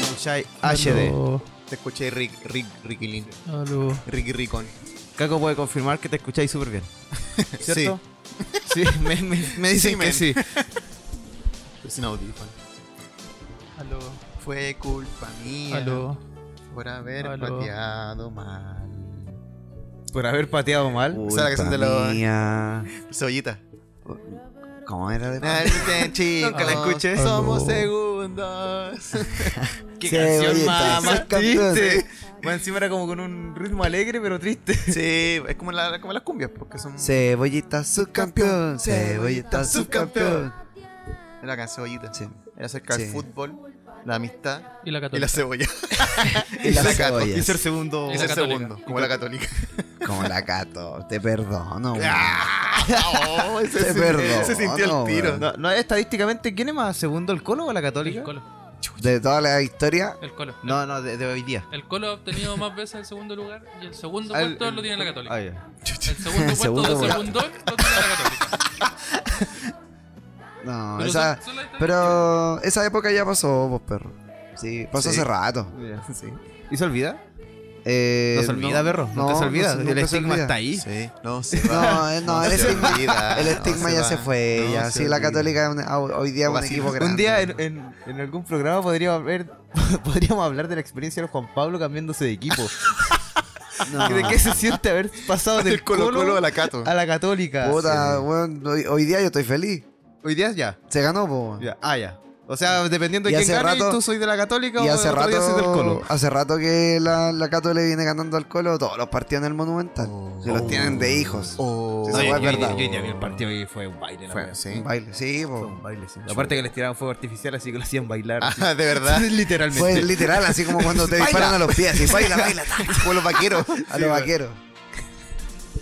escucháis HD. Te escucháis Rick, Rick, Ricky Lin. Aló. Ricky Ricón. Caco puede confirmar que te escucháis súper bien. ¿Cierto? Sí, me, me- me dicen Sí, que men. sí. Sin audífono. Aló. Fue culpa mía Aló. por haber Aló. pateado mal. Por haber pateado mal. Esa es la canción de los- mía. Cebollita. ¿Cómo era de Ah, Chico, Nunca la escuché. Somos Aló. segundos. Qué Sí, canción oye, más, sí, más sí, triste. Más encima era como con un ritmo alegre, pero triste. sí, es como, la, como las cumbias, porque son. Cebollita subcampeón, cebollita subcampeón. Era la cebollita. Sí. Era acerca del Sí. fútbol, la amistad Y la y la católica. cebolla. Y la la cebolla. católica. ser segundo. Y Y la el católica. segundo, como la católica. Como la gato, te perdono. weón. Ah, oh, Te se, perdono, sintió, se sintió el tiro. weón. No, No, no, estadísticamente, ¿quién es más segundo, el Colo o la El Católica? Colo. De toda la historia, El Colo. no, no, de, de hoy día. El Colo ha obtenido más veces el segundo lugar y el segundo Al- puesto lo tiene la Católica. Ah, ya. El segundo El puesto segundo del lugar. segundón lo tiene la Católica. No, Pero esa, son- son las pero esa época ya pasó, vos perro. Sí, pasó Sí. hace rato. sí. ¿Y se olvida? Eh, No se olvida, perro. No, te se olvida. nunca el se estigma olvida. está ahí. Sí, no se No, eh, no, el se estigma- olvida, El no estigma ya va. se fue. No se ya. Sí, la olvida. Católica es un- ah, hoy día es un Vacil. equipo grande. Un día en, en- en algún programa podría haber, podríamos hablar de la experiencia del Juan Pablo cambiándose de equipo. No. ¿De qué se siente haber pasado del El Colo, Colo Colo a la Cato. a la Católica? Puta, Sí. weón, hoy, hoy día yo estoy feliz. Hoy día ya, Se ganó, po. weón. ya. Ah, ya. O sea, dependiendo Y de quién hace gane, rato- tú soy de la Católica Y o hace el otro día soy del rato, Colo. hace rato que la, la Cato le viene ganando al Colo todos los partidos en el Monumental. Se los tienen de hijos. Oh. Sí, No, esa yo- weá es yo- verdad. yo ya vi el partido y fue un baile. Fue, sí. Un baile, sí, po. Aparte que les tiraban fuego artificial, así que lo hacían bailar. Ah, de verdad. Literalmente. Fue literal, así como cuando te Baila. disparan a los pies. Así, baila, baila, ta, Con los vaqueros. a los vaqueros.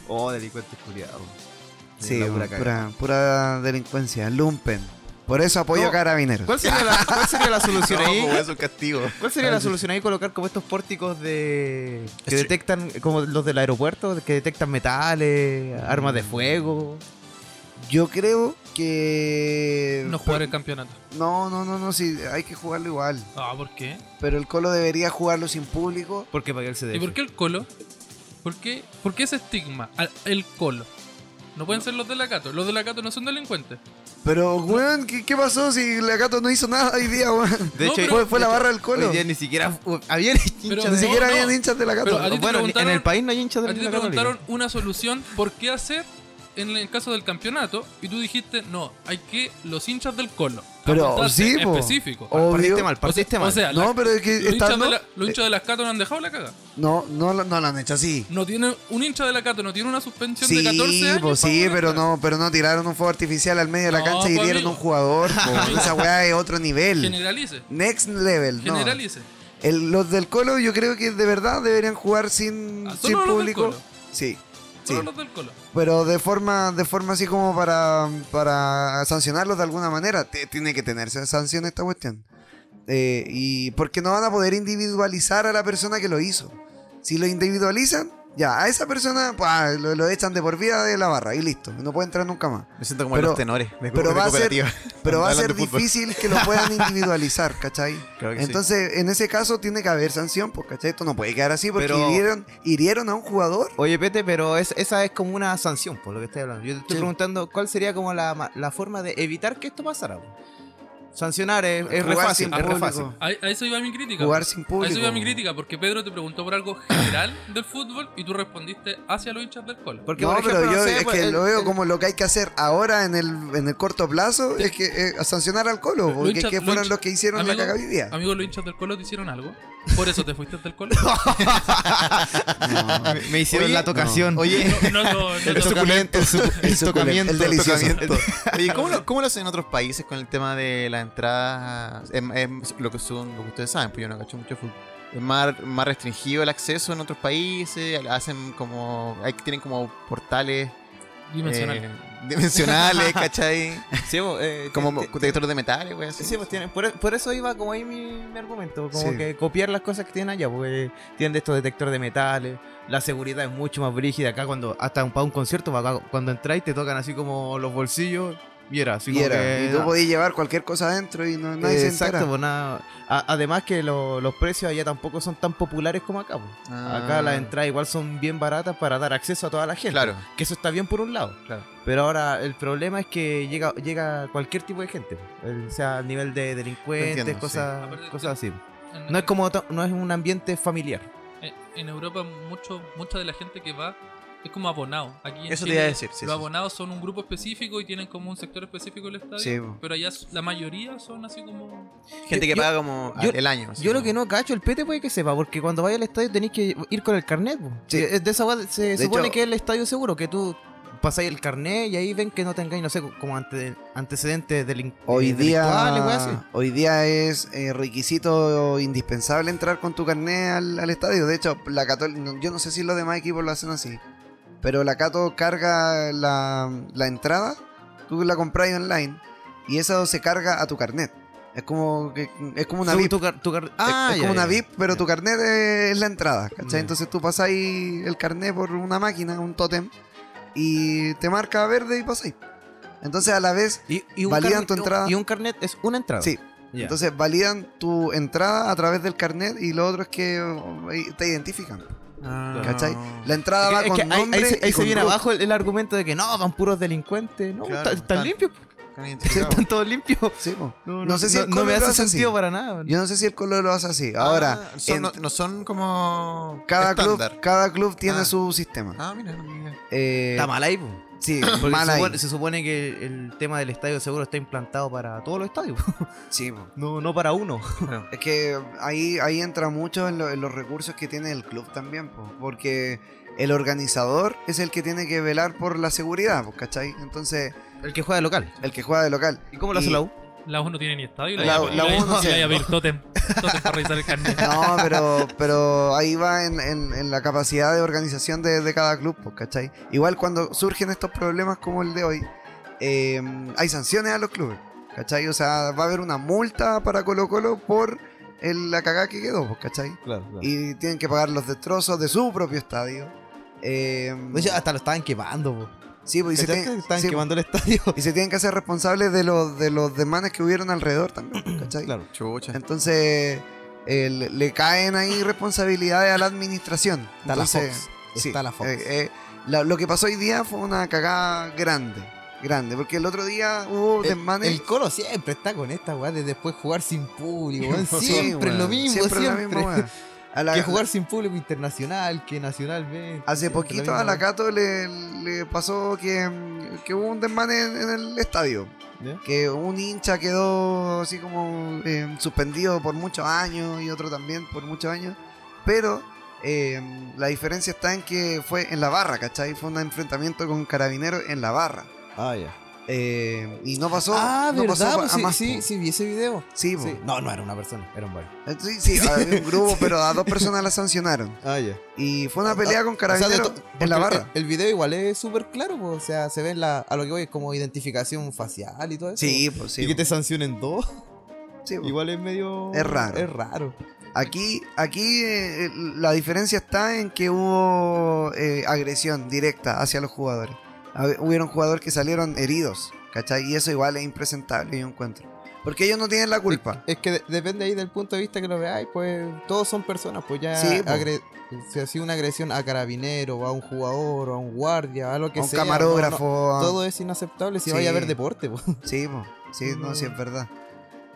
Oh, delincuentes culiados. Sí, La po, pura pura, caga. pura delincuencia, lumpen. Por eso apoyo No. a Carabineros. ¿Cuál sería la, cuál sería la solución ahí? No, es un castigo. ¿Cuál sería la solución ahí? Colocar como estos pórticos de Ah, que detectan, como los del aeropuerto, que detectan metales, armas de fuego. Yo creo que... No jugar el campeonato. No, no, no, no, sí, hay que jugarlo igual. Ah, ¿por qué? Pero el Colo debería jugarlo sin público. Porque para que él se ¿Y por qué el Colo? ¿Por qué, por qué ese estigma? Al- El Colo. No pueden ser los de la Cato. Los de la Cato no son delincuentes. Pero, weón, ¿qué, qué pasó si la gato no hizo nada hoy día, weón? De No, hecho, pero- Fue, fue la barra del hoy Colo. día ni siquiera hu- había hinchas Pero- Ni de- siquiera no, habían no. hinchas de la Pero a gato. ti te Bueno, ni- en preguntaron- el país no hay hinchas de A ti te la Católica. preguntaron una solución por qué hacer en el caso del campeonato y tú dijiste, no, hay que los hinchas del Colo. Pero, Apuntaste sí, po. específico. Obvio. Partiste mal, partiste o mal. sea, la- No, pero es que los hinchas, estando... eh, de la, los hinchas de las Cato no han dejado la caga. No, no, la- no lo han hecho así. No tiene, un hincha de la Cato no tiene una suspensión Sí, de 14 años. pues para sí, jugar. pero no, pero no tiraron un fuego artificial al medio de la No, cancha y pues, dieron amigo. un jugador. po. Amigo. Esa weá es otro nivel. Generalice. Next level, no. Generalice. El- los del Colo yo creo que de verdad deberían jugar sin, Ah, sin solo los del público. Colo. Sí. Sí. Solo los del Colo. Pero de forma, de forma así como para, para sancionarlos de alguna manera. T- tiene que tenerse sanción esta cuestión. Eh, y porque no van a poder individualizar a la persona que lo hizo. Si lo individualizan, ya, a esa persona pa, lo, lo echan de por vida de la barra y listo. No puede entrar nunca más. Me siento como Pero- los tenores de, pero de va a ser- cooperativa. Pero va a Hablan ser de fútbol. difícil que lo puedan individualizar, ¿cachai? Claro que sí. Entonces, en ese caso tiene que haber sanción, pues, ¿cachai? Esto no puede quedar así porque Pero- hirieron, hirieron a un jugador. Oye, Pete, pero es- esa es como una sanción, por lo que estoy hablando. Yo te estoy Sí. preguntando cuál sería como la, ma- la forma de evitar que esto pasara. po. Sancionar es, es re Jugar fácil, sin es re público. fácil. A, a eso iba mi crítica. Jugar sin A público. eso iba mi crítica, porque Pedro te preguntó por algo general del fútbol y tú respondiste hacia los hinchas del Colo. Porque, no, por ejemplo, pero yo no sé, es pues, que el- lo veo el- como lo que hay que hacer ahora en el, en el corto plazo es que eh, sancionar al colo, Lo porque hincha- que lo fueron hincha- los que hicieron Amigo, la cagavidía. Amigos, los hinchas del Colo te hicieron algo. Por eso te fuiste del Colo. Me, Ah, me hicieron Oye, la tocación. Oye, No, no, no. no, el no. tocamiento, su- el, suculento, tocamiento, el delicioso. tocamiento. Oye, ¿cómo lo, cómo lo hacen en otros países con el tema de las entradas? Em- em, lo, que son, lo que ustedes saben, pues yo no cacho mucho de fútbol. Es más, más restringido el acceso en otros países. Hacen como. Hay, tienen como portales Dimensional. eh, dimensionales, ¿cachai? Sí, po, eh, Como te- te- detectores de metales, güey. así. Sí, pues tienen- por, por eso iba como ahí mi, mi argumento, como Sí. que copiar las cosas que tienen allá, porque tienen de estos detectores de metales, la seguridad es mucho más brígida acá cuando, hasta un, para un concierto, acá cuando entráis te tocan así como los bolsillos, Y era así Y, como era, que- y tú podías llevar cualquier cosa adentro y no, nadie se Exacto, entera. pues, nada. A- además que lo- los precios allá tampoco son tan populares como acá. pues. Ah. Acá las entradas igual son bien baratas para dar acceso a toda la gente. Claro. Que eso está bien por un lado. Claro. Pero ahora el problema es que llega, llega cualquier tipo de gente. el- o sea, al nivel de delincuentes, Entiendo, sí. cosas, Aparte- cosas así. En- No es como to- no es un ambiente familiar. En, en Europa mucho, mucha de la gente que va es como abonado. Aquí en Eso te Chile, iba a decir, sí, los sí, sí. abonados son un grupo específico y tienen como un sector específico del estadio. Sí, po. Pero allá s- la mayoría son así como... Gente Yo- que yo- paga como yo- al- el año. así Yo lo como- que no cacho, el pete puede que sepa, porque cuando vayas al estadio tenéis que ir con el carnet. po. Sí. Es De esa weá se De supone hecho- que es el estadio seguro, que tú pasáis el carnet y ahí ven que no tengáis, no sé, como ante- antecedentes delinc- Hoy eh, delictuales, weá así. día, hoy día es eh, requisito indispensable entrar con tu carnet al, al estadio. De hecho, la Cato, no- yo no sé si los demás equipos lo hacen así, pero la Cato carga la, la entrada, tú la compras online y eso se carga a tu carnet. Es como que- es como una Tu- VIP. tu car- tu car- Es- Ah, es ya, como ya, una ya. VIP, pero tu carnet es la entrada, Ya. ¿cachai? Entonces tú pasás el carnet por una máquina, un tótem, y te marca verde y pasáis. Entonces a la vez Y, y un validan carnet, tu entrada. Y un carnet es una entrada. Sí. Ya. Entonces validan tu entrada a través del carnet y lo otro es que oh, ahí te identifican. Ah. ¿Cachai? La entrada va Es que- es con que ahí- ahí, nombre se, ahí y se con viene root. abajo el, el argumento de que no, van puros delincuentes. No, Claro, está- están, están- limpios. po. Están Sí, identificados. están todos limpios. Sí, po. No, No sé si el no me Colo lo hace hace así. sentido para nada. Yo no sé si el color lo hace así. Ahora, Ah, son- en- no, no son como. cada, club, estándar. cada club tiene Ah. su sistema. Ah, mira, mira. Eh, Está mal ahí, po. Sí, Porque mal se, ahí. supone, se supone que el tema del estadio seguro está implantado para todos los estadios, Sí, po. no, no para uno. Es que ahí, ahí entra mucho en, lo- en los recursos que tiene el club también, po, porque el organizador es el que tiene que velar por la seguridad, po, ¿cachai? Entonces, El que juega de local. el que juega de local. ¿Y cómo lo hace Y- la U? La U no tiene ni estadio. La- iba a- la U no iba- sé. La iba a pedir tótem. Tótem para revisar el carnet. No, pero, pero ahí va en, en- en la capacidad de organización de, de cada club, po, ¿cachai? Igual cuando surgen estos problemas como el de hoy, eh, hay sanciones a los clubes, ¿cachai? O sea, va a haber una multa para Colo Colo por el- la cagada que quedó, po, ¿cachai? Claro, Y tienen que pagar los destrozos de su propio estadio. Eh, hasta lo estaban quemando, po. sí, pues, y se, ¿Cachaste? tienen- Estaban sí, quemando el estadio. y se tienen que hacer responsables de los, de los demanes que hubieron alrededor también, po, ¿cachai? Claro. Chucha. Entonces, eh, le- le caen ahí responsabilidades a la administración. Está la Entonces, Fox. sí, Está la Fox. eh, eh, la- lo que pasó hoy día fue una cagada grande. Grande, porque el otro día hubo El, desmanes. el Colo siempre está con esta weá de después jugar sin público. weón. Sí, Siempre weón, lo mismo, siempre. la misma weá. A la- que jugar sin público internacional, que nacionalmente. Hace siempre poquito a misma la weá. Cato le, le pasó que, mm, que hubo un desmán en, en el estadio. ¿Ya? Que un hincha quedó así como eh, suspendido por muchos años y otro también por muchos años. Pero eh, la diferencia está en que fue en la barra, ¿cachai? Fue un enfrentamiento con carabineros en la barra. Ah, ya. Eh, y no pasó. ah, no pasó verdad, a pues, sí, más, sí, po. sí, vi ese video. Sí, po. Sí. No, no era una persona, era un boy. Eh, sí, sí, había un grupo, pero a dos personas las sancionaron. Ah, ya. Y fue una Ah, pelea con O sea, de carabineros to- porque eh, en la el- barra. El, video igual es súper claro, po, o sea, se ve en la, a lo que voy es como identificación facial y todo eso. Sí, pues sí. y que te po. sancionen dos, Sí, po. igual es medio... Es raro. Es raro. Aquí, aquí eh, eh, la diferencia está en que hubo eh, agresión directa hacia los jugadores. Hab- Hubieron jugadores que salieron heridos, ¿cachai? Y eso igual es impresentable, yo encuentro. Porque ellos no tienen la culpa. Es que de- depende ahí del punto de vista que lo veáis, pues todos son personas, pues ya... Sí, po. agre- si ha sido una agresión a carabinero, o a un jugador, o a un guardia, a lo que A un sea. no, camarógrafo. no, a- todo es inaceptable si Sí. vaya a haber deporte, po. Sí, po. sí, no, No. sí es verdad.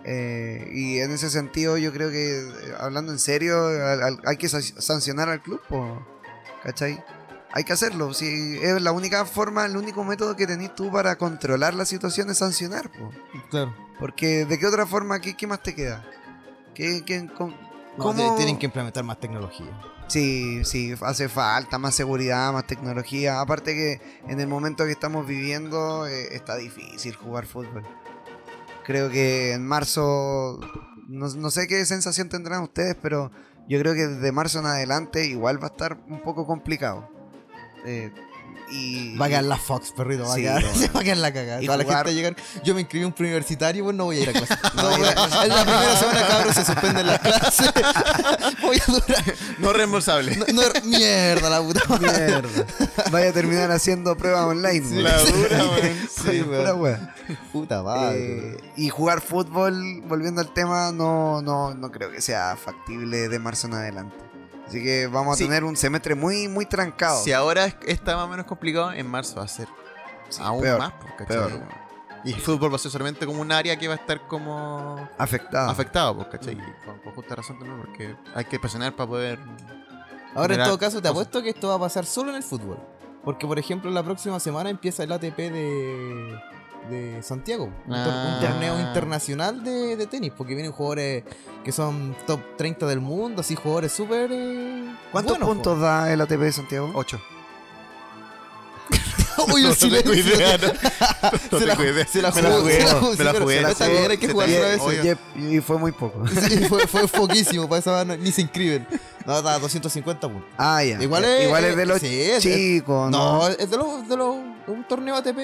Eh, y en ese sentido, yo creo que, eh, hablando en serio, al- al- hay que sa- sancionar al club, po, ¿cachai? Hay que hacerlo. Si es la única forma, el único método que tenés tú para controlar la situación es sancionar, po. Claro. Porque de qué otra forma, ¿qué, qué más te queda? ¿Qué, qué- con- cómo- Tienen que implementar más tecnología. Sí, sí, hace falta más seguridad, más tecnología. Aparte que en el momento que estamos viviendo eh, está difícil jugar fútbol. Creo que en marzo, no, no sé qué sensación tendrán ustedes, pero yo creo que desde marzo en adelante igual va a estar un poco complicado. Eh, Y, Va a quedar la Fox, perrito. Va, Sí, a, quedar, no, va a quedar la cagada. Y Toda la jugar- gente va a llegar. Yo me inscribí en un preuniversitario, pues no voy a ir a clase. No, a ir weón, a clase. en la primera semana, cabrón, se suspenden las clases. voy a durar. No reembolsable. No, no- mierda, la puta madre. Mierda. Vaya a terminar haciendo pruebas online. güey. La dura, weón. Sí, Pura weón. wea. Puta madre. Eh, weón. y jugar fútbol, volviendo al tema, no, no, no creo que sea factible de marzo en adelante. Así que vamos a Sí. tener un semestre muy, muy trancado. Si ahora es- está más o menos complicado, en marzo va a ser Sí, aún peor, más. po, ¿cachai? peor. Y el fútbol va a ser solamente como un área que va a estar como Afectado. afectado, po, ¿cachai? Mm. Y con, con justa razón también, porque hay que presionar para poder... Ahora, en generar todo caso, te cosas. apuesto que esto va a pasar solo en el fútbol. Porque, por ejemplo, la próxima semana empieza el ATP de, de Santiago. Un, tor- un Ah. torneo internacional de, de tenis. Porque vienen jugadores que son top 30 del mundo, así jugadores súper. eh, ¿Cuántos buenos, puntos da el ATP de Santiago? 8. po. Uy, el silencio. Se la- se la Me la jugó, jugué, se la jugó, sí, no, me la pero jugué. se la Está jugó. bien, Hay que está jugar bien, otra vez. obvio. Yep, y fue muy poco. Sí, fue, fue poquísimo, para esa banda, ni se inscriben. No, da 250 puntos. Ah, ya. Igual es- eh, Igual es de los sí, es- chicos, ¿no? No, es de los. De los un torneo ATP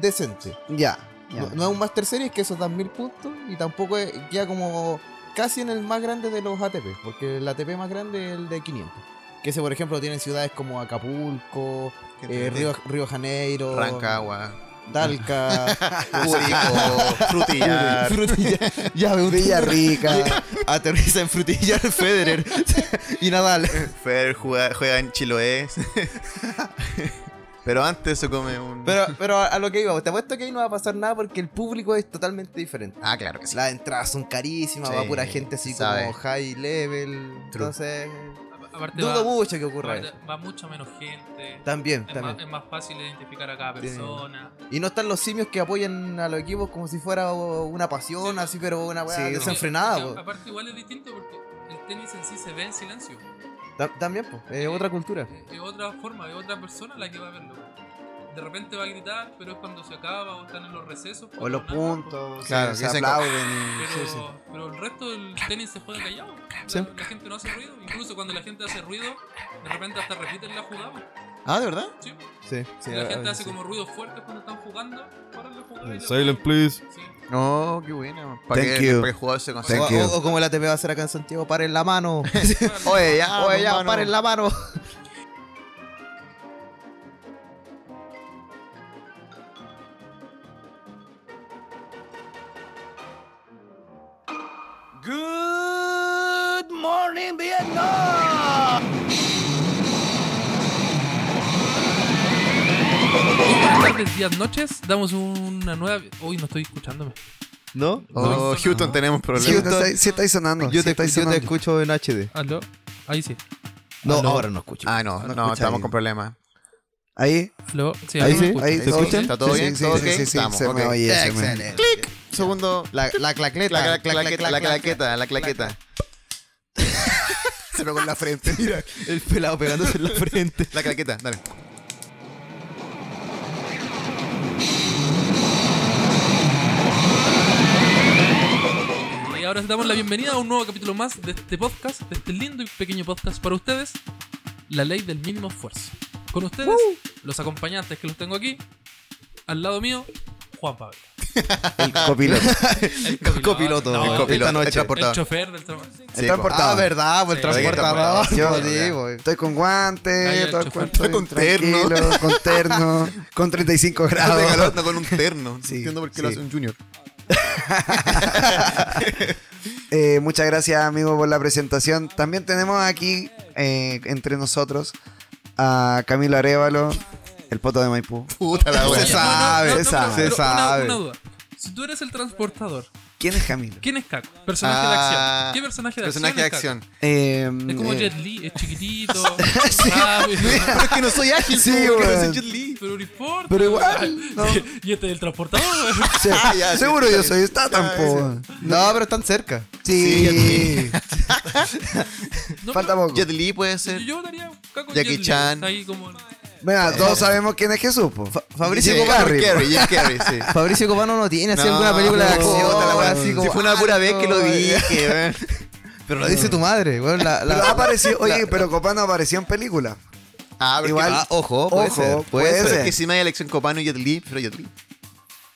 decente. Ya. ya. No, no es un Master Series que esos dan mil puntos y tampoco es- queda como casi en el más grande de los ATP, porque el ATP más grande es el de 500. Que ese, por ejemplo, lo tienen ciudades como Acapulco, eh, Río, Río Janeiro, Rancagua. Talca, Curicó, Frutillar. Frutilla, ya ve un Villarrica. Aterriza en Frutillar, Federer y Nadal. Fer juega, juega en Chiloé. Pero antes se come un. Pero, pero a, a lo que iba, te apuesto que ahí no va a pasar nada porque el público es totalmente diferente. ah, claro que sí. Las entradas son carísimas, Sí, va pura gente así sabe. como high level. True. Entonces, Aparte dudo va, mucho que ocurra aparte eso. va mucha menos gente. También, Es más, también. es más fácil identificar a cada Sí. persona. Y no están los simios que apoyan a los equipos como si fuera o- una pasión, Sí. así, pero una weá Sí, Porque- desenfrenada. porque po. Aparte, igual es distinto porque el tenis en sí se ve en silencio. Ta- También, pues, es otra cultura. Es es otra forma, es otra persona la que va a verlo. De repente va a gritar, pero es cuando se acaba o están en los recesos. o los cuando nada, puntos. Claro, se, que se se- aplauden. y- Pero, sí, sí. pero el resto del tenis se juega callado. Sí. La, la gente no hace ruido. Incluso cuando la gente hace ruido, de repente hasta repiten la jugada. Ah, ¿de verdad? ¿sí? Sí, sí. la a- gente a- hace sí. como ruidos fuertes cuando están jugando. Paran la jugada. y la- please. Sí. No, qué buena. Para Thank que, you. para que el jugador se O, concentre. Thank you. o- o como el ATP va a hacer acá en Santiago, paren la mano. Oye, ya, Oye, ya, hermano. paren la mano. Good morning, Vietnam. Buenas tardes, días, noches. Damos una nueva. Uy, no estoy escuchándome. ¿No? Oh, Houston, tenemos problemas. Sí, usted está- sí estáis sonando. Yo sí te, estáis yo te sonando. escucho en HD. ¿Aló? Ahí sí. No, Aló. ahora no escucho. Ah, no, no, escucha estamos ahí. con problemas. Ahí, ¿Aló? Sí, Ahí ahí me sí, escucho. ahí. ¿Está ¿todo bien? bien? ¿Está todo Sí, bien? sí, ¿Todo sí, ok? sí, sí, Estamos, se me ok. oye, se me- Excelente. Segundo, La, la clacleta. la, la, clac, clac, claqueta, la clac, clac. claqueta, la claqueta. Se pegó en la frente. Mira. El pelado pegándose en la frente. La claqueta, dale. Y ahora damos la bienvenida a un nuevo capítulo más de este podcast, de este lindo y pequeño podcast para ustedes, La Ley del Mínimo Esfuerzo. Con ustedes, los acompañantes que los tengo aquí, al lado mío, Juan Pablo. El copiloto. El copiloto. copiloto, No, el el- Copiloto, esta noche. el transportador. El chofer del trabajo. Sí, Está po. portado. Ah, verdad, pues el Sí, transportador. sí, po, sí, sí, po. Estoy con Ahí el guantes, todo el chofer. cuento, Estoy con terno. tranquilo, con terno, con 35 de grados. calor, no con un terno. Sí, no entiendo por qué lo sí. hace un junior. Eh, muchas gracias, amigo, por la presentación. También tenemos aquí eh, entre nosotros a Camilo Arevalo, el poto de Maipú. Puta la Oye, wea. Se sabe, se pero- sabe. pero Se una- sabe. Una, duda. Si tú eres el transportador, ¿Quién es Camilo? ¿quién es Caco? Personaje de Ah, acción. ¿Qué personaje de Personaje de acción? acción. Eh, es Caco? Es como eh, Jet Li, es chiquitito, rápido, Pero es que no soy ágil, Sí, po, porque no weón. soy Jet Li. pero no importa. Pero igual, ¿no? y este es el transportador. se- Ah, ya, sí, Ah, seguro está yo bien. soy Statham, po. No, pero están cerca. Sí, No, falta pero- poco. Jet Li puede ser. Yo, yo daría Caco Jackie Jet Li, Chan. ahí como- Mira, todos sabemos quién es Jesús, po. Fabricio Jim Copano. Carrey, Carrey, Jim Carrey, sí. Fabricio Copano no tiene así alguna película de no, acción. puta la weá. así como, Si fue una pura vez que lo dije, weón. Pero lo dice tu madre, weón. La, la- Pero ha aparecido- oye, la- pero Copano apareció en película. Ah, pero Igual- que- Ah, ojo, puede Ojo, ser. Puede puede ser. ser. que si me hay elección Copano y Jet Li, pero Jet Li.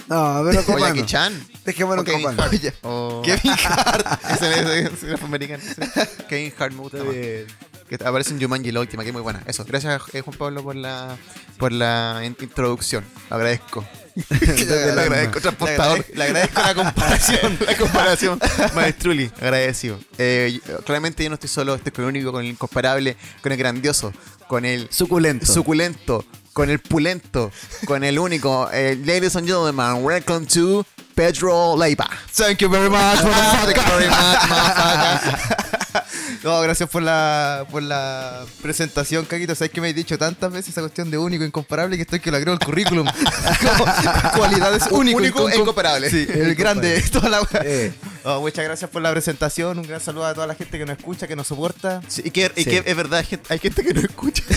No, pero O Copano. Jackie Chan. Dejémoslo O en Kevin Copano. Hart. O- Kevin Hart. Ese es- ese es afroamericano. sí. Kevin Hart me gusta más. Que aparece en Jumanji la última, que es muy buena. Eso, gracias eh, Juan Pablo por la por la in- introducción. Lo agradezco. le agradezco, transportador. Le agradezco la comparación. la comparación. Maestruli, agradecido. Eh, yo- claramente yo no estoy solo, estoy con el único, con el incomparable, con el grandioso, con el Suculento. suculento, con el pulento, con el único. eh, ladies and gentlemen, welcome to Pedro Leiva. Thank you very much. Thank you very much, motherfucker. No, gracias por la, por la presentación, Caquito. Sabes que me has dicho tantas veces esa cuestión de único, incomparable, que estoy que lo agrego al currículum. Como Ah, cualidades único, Único e incomparable. Sí, el grande, toda la wea. Eh. No, muchas gracias por la presentación. Un gran saludo a toda la gente que nos escucha, que nos soporta. Sí, y que, y Sí. que es verdad, gente- hay gente que no escucha.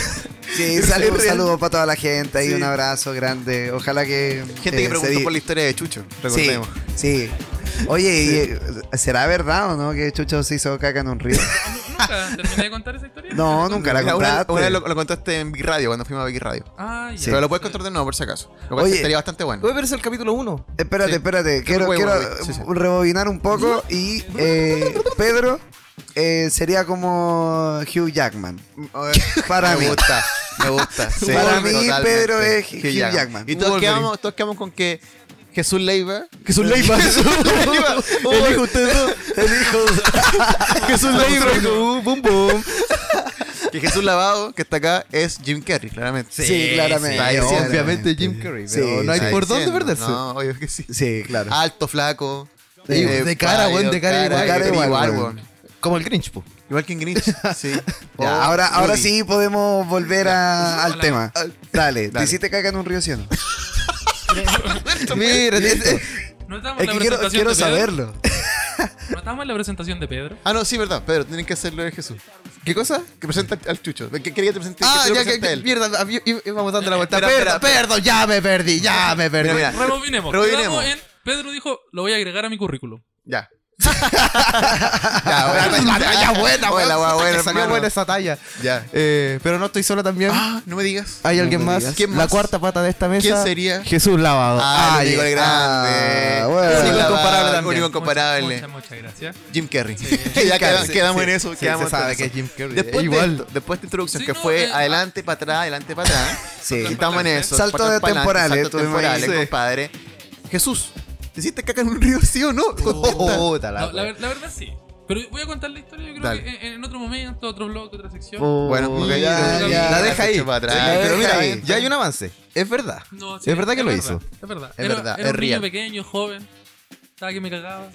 Sí, saludo- Es saludos real. para toda la gente y Sí. un abrazo grande. Ojalá que. eh, Gente que preguntó por la historia de Chucho, recordemos. Sí, sí. Oye, y, eh, ¿será verdad o no que Chucho se hizo caca en un río? Nunca terminé de contar esa historia. No, nunca la Una- una, contaste. una vez lo, lo contaste en Big Radio, cuando fuimos a Big Radio. Ah, ya. Pero lo puedes contar de nuevo, por si acaso. Lo cual Oye. estaría bastante bueno. Oye, pero es el capítulo 1. Espérate, Sí. espérate. Quiero, Voy, voy, quiero voy. Sí, sí. rebobinar un poco y eh, Pedro eh, sería como Hugh Jackman. eh, Para mí. Me gusta, me gusta. sí. Para mí, Totalmente. Pedro es Hugh Jackman. Y todos Wolverine. quedamos, todos quedamos con que Jesús Leiva. Jesús Leiva. Jesús Leiva. Elijo ustedes dos. Jesús Leiva. Boom, boom, boom. Que Jesús Lavado, que está acá, es Jim Carrey, claramente. Sí, claramente. sí, obviamente Jim Carrey, pero no hay Sí, por sí, dónde perderse. No, obvio que sí. Sí, claro. Ah, Alto, flaco. Eh, De- de cara, pálido, weón, de cara igual. cara Cara igual, igual, weón. Como el Grinch, po. Igual que en Grinch. Sí. Ya, Oh, ahora, ahora Woody. sí podemos volver a- al Hola. tema. Dale, ¿te Dale. hiciste caca en un río, sí o no? Mira, este- No estábamos Es en la que quiero, presentación quiero de Pedro. saberlo. No estábamos en la presentación de Pedro. Ah, no, sí, verdad, Pedro, tienen que hacerlo de Jesús. ¿qué cosa? Que presenta al Chucho. Que quería que te presente Ah, te lo ya que, presente él. mierda, hab- i- íbamos dando la vuelta. Espera, Perdón, espera, espera. perdón, ya me perdí, ya me perdí. Mira, mira. Rebobinemos. Rebobinemos. Quedamos en- Pedro dijo, lo voy a agregar a mi currículum. Ya. ya, bueno, La talla Ah, buena, Oye, la weón. weá buena, Salió hermano. buena esa talla. Ya. Eh, pero no estoy solo también. Ah, no me digas. Hay alguien me más. digas. ¿Quién La más? cuarta pata de esta mesa. ¿Quién sería? Jesús Lavado. Ah, el Ay, único el grande. ah, bueno. Único Único incomparable incomparable también. también. Muchas, Único incomparable. muchas, muchas gracias. Jim Carrey. Sí. ya queda- Sí, quedamos sí, en eso. sí, quedamos se sabe en que eso. es Jim Carrey. Después, Igual. De esto, después de esta introducción, Sí, que no, fue eh, adelante, para atrás, adelante, para atrás. Sí. Estamos en eso. Salto para de adelante, temporales, Salto tú me temporales, imaginas. compadre. Jesús, ¿te hiciste caca en un río, sí o no? Contesta. Puta la No, la, wea. ver- la verdad sí. Pero voy a contar la historia, yo creo Dale. que en, en otro momento, otro blog, otra sección. Oh. Bueno, ok, Mira, ya, ya, la deja ahí. se para atrás. Sí, La pero deja mira, ahí. ya hay un avance. Es verdad. No, sí, es verdad que lo hizo. Es verdad. Es Era- verdad, Era, es un real. niño pequeño, joven. Estaba que me cagaba.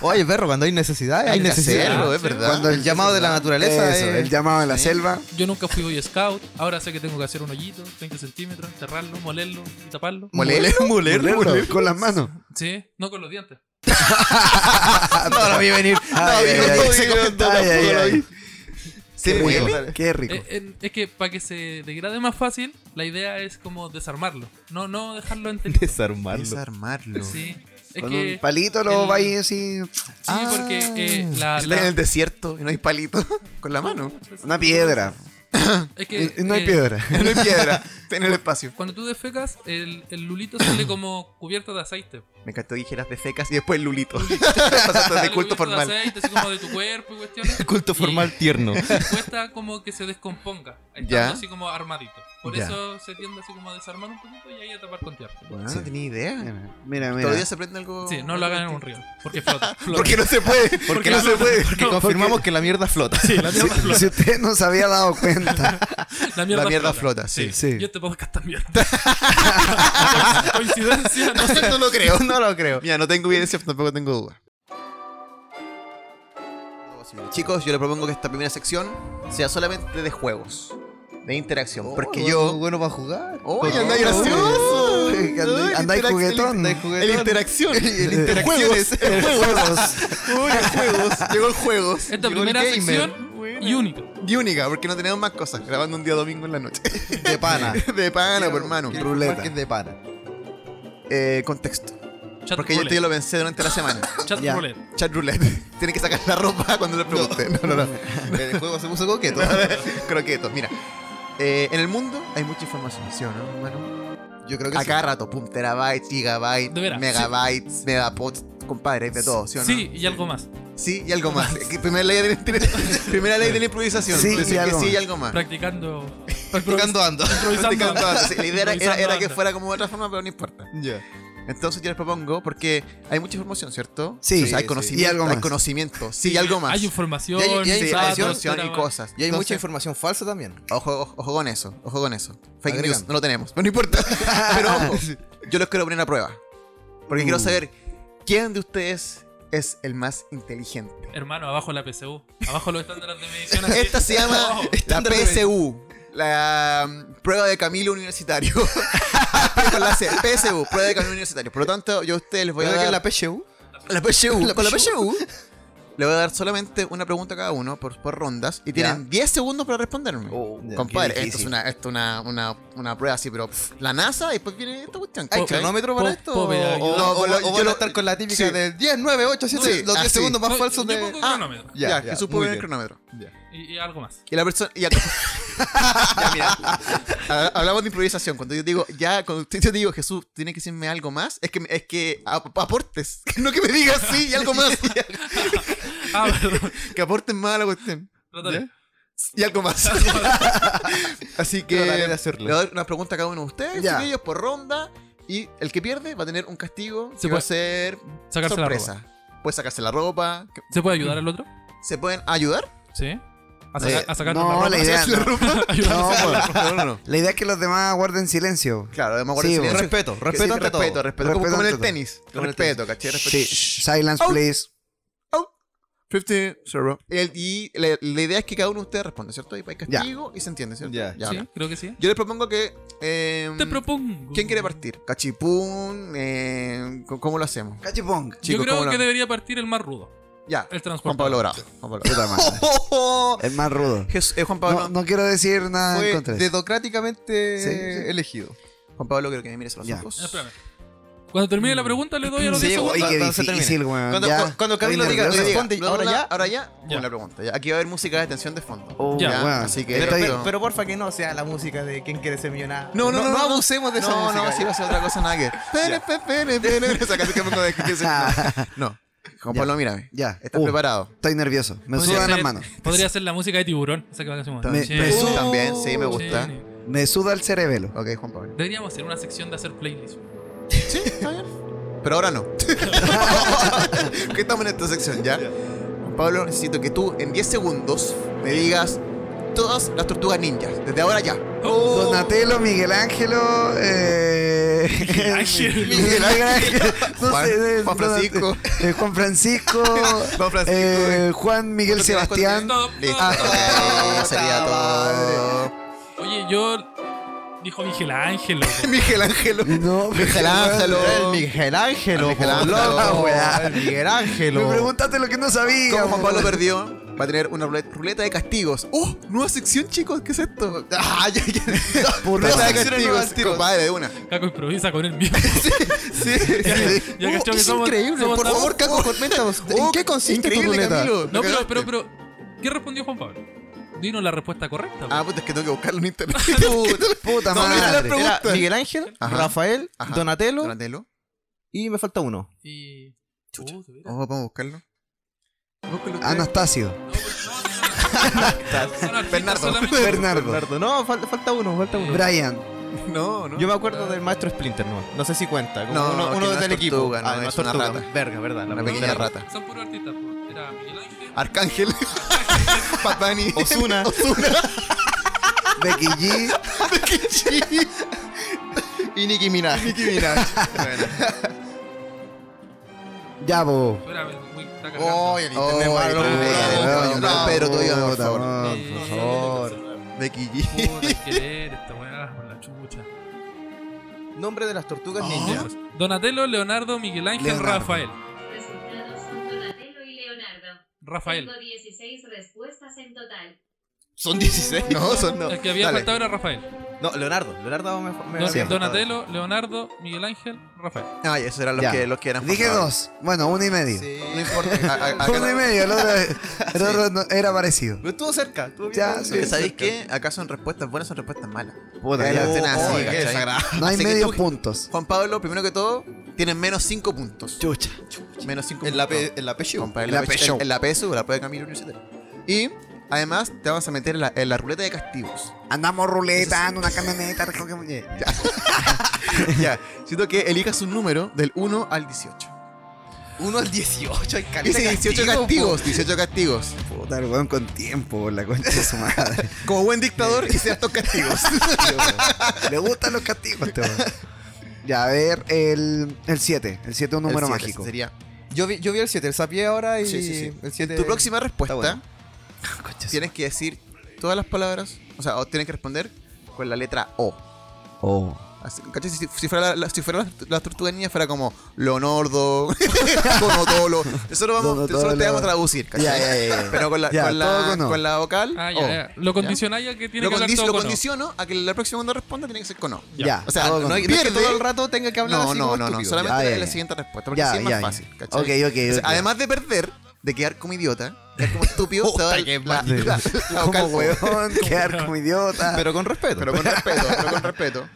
Oye, perro, cuando hay necesidad, hay Hay que necesidad. hacerlo, es verdad. Cuando el llamado de la naturaleza Eso, es- el llamado en la Sí. selva. Yo nunca fui Boy Scout. Ahora sé que tengo que hacer un hoyito, 30 centímetros, enterrarlo, molerlo y taparlo. Molero, molero, Molerlo, molero. Con las manos. Sí, no con los dientes. No lo vi venir. Ay, vi ay, venir, ay. se comentó, Ay, tampoco ay, lo ay. vi. Qué Sí, muy rico, bien. Qué rico. Eh, eh, es que para que se degrade más fácil, la idea es como desarmarlo. No, no dejarlo enterito. Desarmarlo. Desarmarlo. Sí. Es Con que. un palito lo el- vais así. Sí, porque eh, la, Está en la- el desierto y no hay palito con la mano. Una piedra. es que, Y- y No hay eh, piedra. No hay piedra, está en el espacio. Cuando tú defecas, el, el lulito sale como cubierto de aceite. Me encantó dijeras de secas y después el lulito. Pasaste de Sale cubierto culto De formal. aceite, así como de tu cuerpo y cuestiones. Culto Y- formal tierno. cuesta como que se descomponga, estando Ya. así como armadito. Por Ya. eso se tiende así como a desarmar un poquito y ahí a tapar con tierra. Bueno, no tenía idea. Ah, Mira, mira. Todavía se prende algo. Sí, no lo hagan en un río, porque flota. flota. Porque no se puede. Porque Porque no se no- puede. Porque confirmamos que la mierda flota. la mierda flota. Si usted no se había dado cuenta. La mierda, La mierda flota, sí. Sí. Yo te podcast también. Coincidencia, no sé. No lo creo. No lo creo. Mira, no tengo evidencia, pero tampoco tengo duda. Oh, Chicos, yo les propongo que esta primera sección sea solamente de juegos, de interacción. porque yo. Bueno para jugar. ¡Oye, anda andáis gracioso! Ay, que Ay, andáis- andáis interac- juguetón. el- El interacción. El interacciones. El juegos. Uy, el juegos. Llegó el juegos. Esta Llegó el primera gamer. sección y única. Y única, porque no tenemos más cosas. Grabando un día domingo en la noche. De pana. De pana, por hermano. Ruleta. de pana. Eh, contexto. Chat Porque yo roulette. te lo pensé durante la semana. Chat Ya. roulette. Chat roulette. Tienen que sacar la ropa cuando le pregunten. No, no, no. El juego se puso coqueto. Croquetos, mira. Eh, en el mundo hay mucha información, ¿sí o no, hermano? Yo creo que A cada rato, pum, terabytes, gigabytes, De veras, megabytes, megapods, compadre, de todo, ¿sí Ah. o no? Sí, y algo más. Sí, y algo más. Que primera, ley de, primera ley de la improvisación. Sí, decir y que algo sí más. y algo más. Practicando. sí. Tocando ando. Improvisando. Entonces, la idea era, era- Improvisando era que anda. fuera como de otra forma, pero no importa. Entonces yo les propongo, porque hay mucha información, ¿cierto? Sí, Entonces, hay sí, sí. conocimiento. Y algo Hay más. conocimiento, sí, y algo más. Hay información, Y hay- y hay Sí, datos, hay información toda y la- cosas. Y hay mucha Entonces, información falsa también. Ojo, ojo, ojo con eso, ojo con eso. Fake Agregando. news, no lo tenemos, pero no importa. Pero Ah, ojo, yo los quiero poner a prueba. Uh. Porque quiero saber quién de ustedes es el más inteligente. Hermano, abajo la PSU. Abajo los estándares de medición. así. Esta se llama Abajo. la Estándar de- PSU, la um, prueba de Camilo Universitario. con la C, PSU, prueba de Camilo Universitario. Por lo tanto, yo a ustedes les voy a ¿Verdad que dar es la PSU? la PSU. la con la PSU. Le voy a dar solamente una pregunta a cada uno por, por rondas y tienen 10 segundos para responderme. ya, Compadre, qué esto es difícil. una, esto es una, una, una prueba así, pero pff, la NASA y después viene esta cuestión. ¿Hay ¿cachai? cronómetro Po- para esto? po- O, me ayuda. o- No, o- por lo- o yo van lo- a estar con la típica sí. de 10, 9, 8, 7, Sí, los 10 así. segundos más No, falsos yo de... pongo Ah. cronómetro. Ya, Ya, ya, Jesús muy puede ver el bien. cronómetro. Y, y algo más. Y la persona. Ya, Ya, mira. Habla- Hablamos de improvisación. Cuando yo digo, ya, cuando yo te digo, Jesús, tiene que decirme algo más, es que, me- es que ap- aportes. No que me digas sí y algo más. Ah, perdón. que aportes más a la cuestión. Trataré. Y algo más. Así que. Trataré de Le hacerlo. voy a dar una pregunta a cada uno de ustedes, Ya. chiquillos, por ronda. Y el que pierde va a tener un castigo. Se Se va a puede- ser. Sacarse la ropa. sorpresa. Puede sacarse la ropa. que- ¿Se puede ayudar al otro? ¿Se pueden ayudar? Sí. A, saca- Eh, a sacar no, la ropa. la idea- ¿Sacarse la no. ropa? No, pues, Ayudarse a sacar la ropa. No, no, no. La idea es que los demás guarden silencio. Claro, además guarda Sí, el bueno. silencio. Respeto, Que sí, respeto ante respeto, todo. respeto. Como, Respeto como en el ante todo. tenis. Como en el respeto, ¿cachai? Respeto. Sí, silence, Au. please. 50, zero. El- y la, la idea es que cada uno de ustedes responde, ¿cierto? Y hay castigo y se entiende, ¿cierto? Ya. Ya, Sí, bacán. creo que sí. Yo les propongo que. eh, Te propongo. ¿Quién quiere partir? ¿Cachipún? Eh, c- ¿Cómo lo hacemos? Cachipong. Chicos, Yo creo ¿cómo que lo- debería partir el más rudo. Ya. El transporte. Juan Pablo Bravo. Juan Pablo, Puta madre. El más rudo. Jesús- eh, Juan Pablo. No, no quiero decir nada en Fue contra de eso. dedocráticamente Sí, sí. elegido. Juan Pablo, creo que me mires a los Ya. ojos. Eh, Espérame. Cuando termine la pregunta le doy a los Sí, 10 oye, segundos. Oye, qué no se termine. difícil, weón. Cuando- Ya, cu- cuando estoy Camilo diga, Ahora nervioso. ya, Responde, ahora ¿ahora ya, ya? ahora ya, Ya. la pregunta. ya. Aquí va a haber música de tensión de fondo. Oh, Ya. weón. Así que- Estoy- Pero- Pero porfa que no sea la música de quién quiere ser millonario. No, no, no, no. abusemos de esa No, música. no, sí va a ser otra cosa, nada que. Pere, pe, pere, pere. Esa canción que me acordé que se- No, No. Juan Ah, Ya. Pablo, mírame. Ya. ¿Estás Uh, preparado? Estoy nervioso. Me Podría sudan las ser- manos. Podría ser la música de tiburón. Esa que va a hacer un Me- momento. me Sí. suda. También, sí, me gusta. Sí. Me suda el cerebelo. Ok, Juan Pablo. Deberíamos hacer una sección de hacer playlists. Sí, está bien. Pero ahora no. que estamos en esta sección ya. Juan Pablo, necesito que tú en 10 segundos me digas todas las tortugas ninjas. Desde ahora ya. Donatello, Miguel Ángelo, eh... Miguel Ángel. Miguel Ángel. No Juan- sé, eh, Juan Francisco. eh, Juan Francisco. Juan Francisco. eh, Juan Miguel ¿No te das cuenta? Sebastián. No, no, Listo. Ah, no. ok, sería todo. Oye, yo. Dijo Miguel Ángel. loco. Miguel Ángelo. No, Miguel Ángelo. El Miguel Ángel, Miguel po, Ángelo. loco, El Miguel Ángel. Me preguntaste lo que no sabía. Como Juan Pablo perdió, va a tener una rulet- ruleta de castigos. ¡Oh! Nueva sección, chicos. ¿Qué es esto? ¡Ah! Ya, ya. Ruleta de Secciones nuevas castigos. al tiro. Compadre, de una. Caco improvisa con él mismo. Sí, Ya- sí. ya Oh, cachó que es somos- increíble. somos Por tan- favor, Caco, coméntanos. ¿En Oh, qué consiste tu increíble, ruleta? Camilo. No, pero, Me pero, cagaste. pero. ¿Qué respondió Juan Pablo? Dinos la respuesta correcta. Ah, puta, es que tengo que buscarlo en internet. Puta, Puta No, me hice la madre. pregunta. Era Miguel Ángel, Ajá. Rafael, Ajá. Donatello, Donatello. y me falta uno. Y. Uh, de veras. Oh, vamos a buscarlo. Búscalo usted. Anastasio. No, no, son artistas Bernardo. solamente. Bernardo. Bernardo. No, fal- falta uno, falta uno. Brian. No, no. Yo me acuerdo del maestro Splinter, no. No sé si cuenta. Como No, uno, que uno no es del equipo. tortuga, no, Ah, es es una tortuga. rata. Verga, verdad. La Una pregunta pequeña era- rata. Son puros artistas. po. Era Miguel Ángel. Arcángel. Patani. Ozuna. Becky G. Y Nicki Minaj. Nicki Minaj. Bueno. Yabo. Espérame, muy- está cargando. Oh, el internet Oh, malo. el internet Oh, malo. no. no, Pedro, tú dígame, por favor. Eh, Por no, favor. Becky G. Puta, hay que leer esta weá con la chucha. Nombre de las tortugas Ya, ninja. pues. Donatello, Leonardo, Miguel Ángel, Leonardo. Rafael. Resultados son Donatello y Leonardo. Rafael. Tengo 16 respuestas en total. Son 16. No, son no. El que había dale. faltado era Rafael. No, Leonardo. Leonardo me, me Don- me- Sí. Donatello, Leonardo, Miguel Ángel, Rafael. Ay, Ah, esos eran los, Ya. que, los que eran. Dije formados. dos. Bueno, uno y medio. Sí, no importa. A- a- acá- Uno y medio, el otro, el otro no- era parecido. Pero estuvo cerca. Estuvo bien. Ya, Sí, sí. ¿Sabéis qué? Acá son respuestas buenas, son respuestas malas. Puta, Ahí la ya. hacen así, Oh, ¿cachai? qué desagradable. No hay Así que medios tú- puntos. Juan Pablo, primero que todo, tiene menos 5 puntos. Chucha. Menos 5 puntos. En la, P- en la PSU. Compadre, en la la P- PSU. en la PSU, la prueba de camino universitario. Y además te vamos a meter en la, en la ruleta de castigos. Andamos ruleta en una camioneta. recogemos- Ya. ya, siento que elijas un número del 1 al 18. 1 al 18. Hay caleta Dice 18 castigo, castigos, 18 castigos. Puta, el weón con tiempo, por la concha de su madre. Como buen dictador, hice estos castigos. Le gustan los castigos, este weón. Ya, a ver, el 7. El 7 es un El número siete, mágico. Sería po. Yo vi, yo vi el 7. El sapié ahora y Sí, sí, sí. el 7. Tu próxima respuesta, Está Concha, tienes que decir todas las palabras, o sea, o tienes que responder con la letra O. Oh. Así, ¿cachai? Si, si fuera la, la- si fuera la, la tortuga niña, fuera como Leonardo, Conotolo. Eso lo vamos, Donotolo. solo te vamos a traducir, ¿cachai? Ya, ya, ya, ya. Pero con la, Ya, con la, todo con O. con la vocal. Ah, ya, O. ya. Lo condicionáis a que tiene Oh, Lo, que hablar condi- todo lo con O. condiciono a que la próxima cuando responda tiene que ser con O. Ya. O sea, todo no con- hay- Pierde pierde. todo el rato tenga que hablar No, así no, como no, no. estúpido. Solamente Ya, ya, la- la ya. siguiente respuesta, porque Ya, así es más ya, ya. fácil, ¿cachai? Ok, ok, O sea, ok. Además de perder, de quedar como idiota, quedar como estúpido, te va a dar la, la- la vocal Como O. weón, quedar como idiota. Pero con respeto. Pero con respeto, pero con respeto.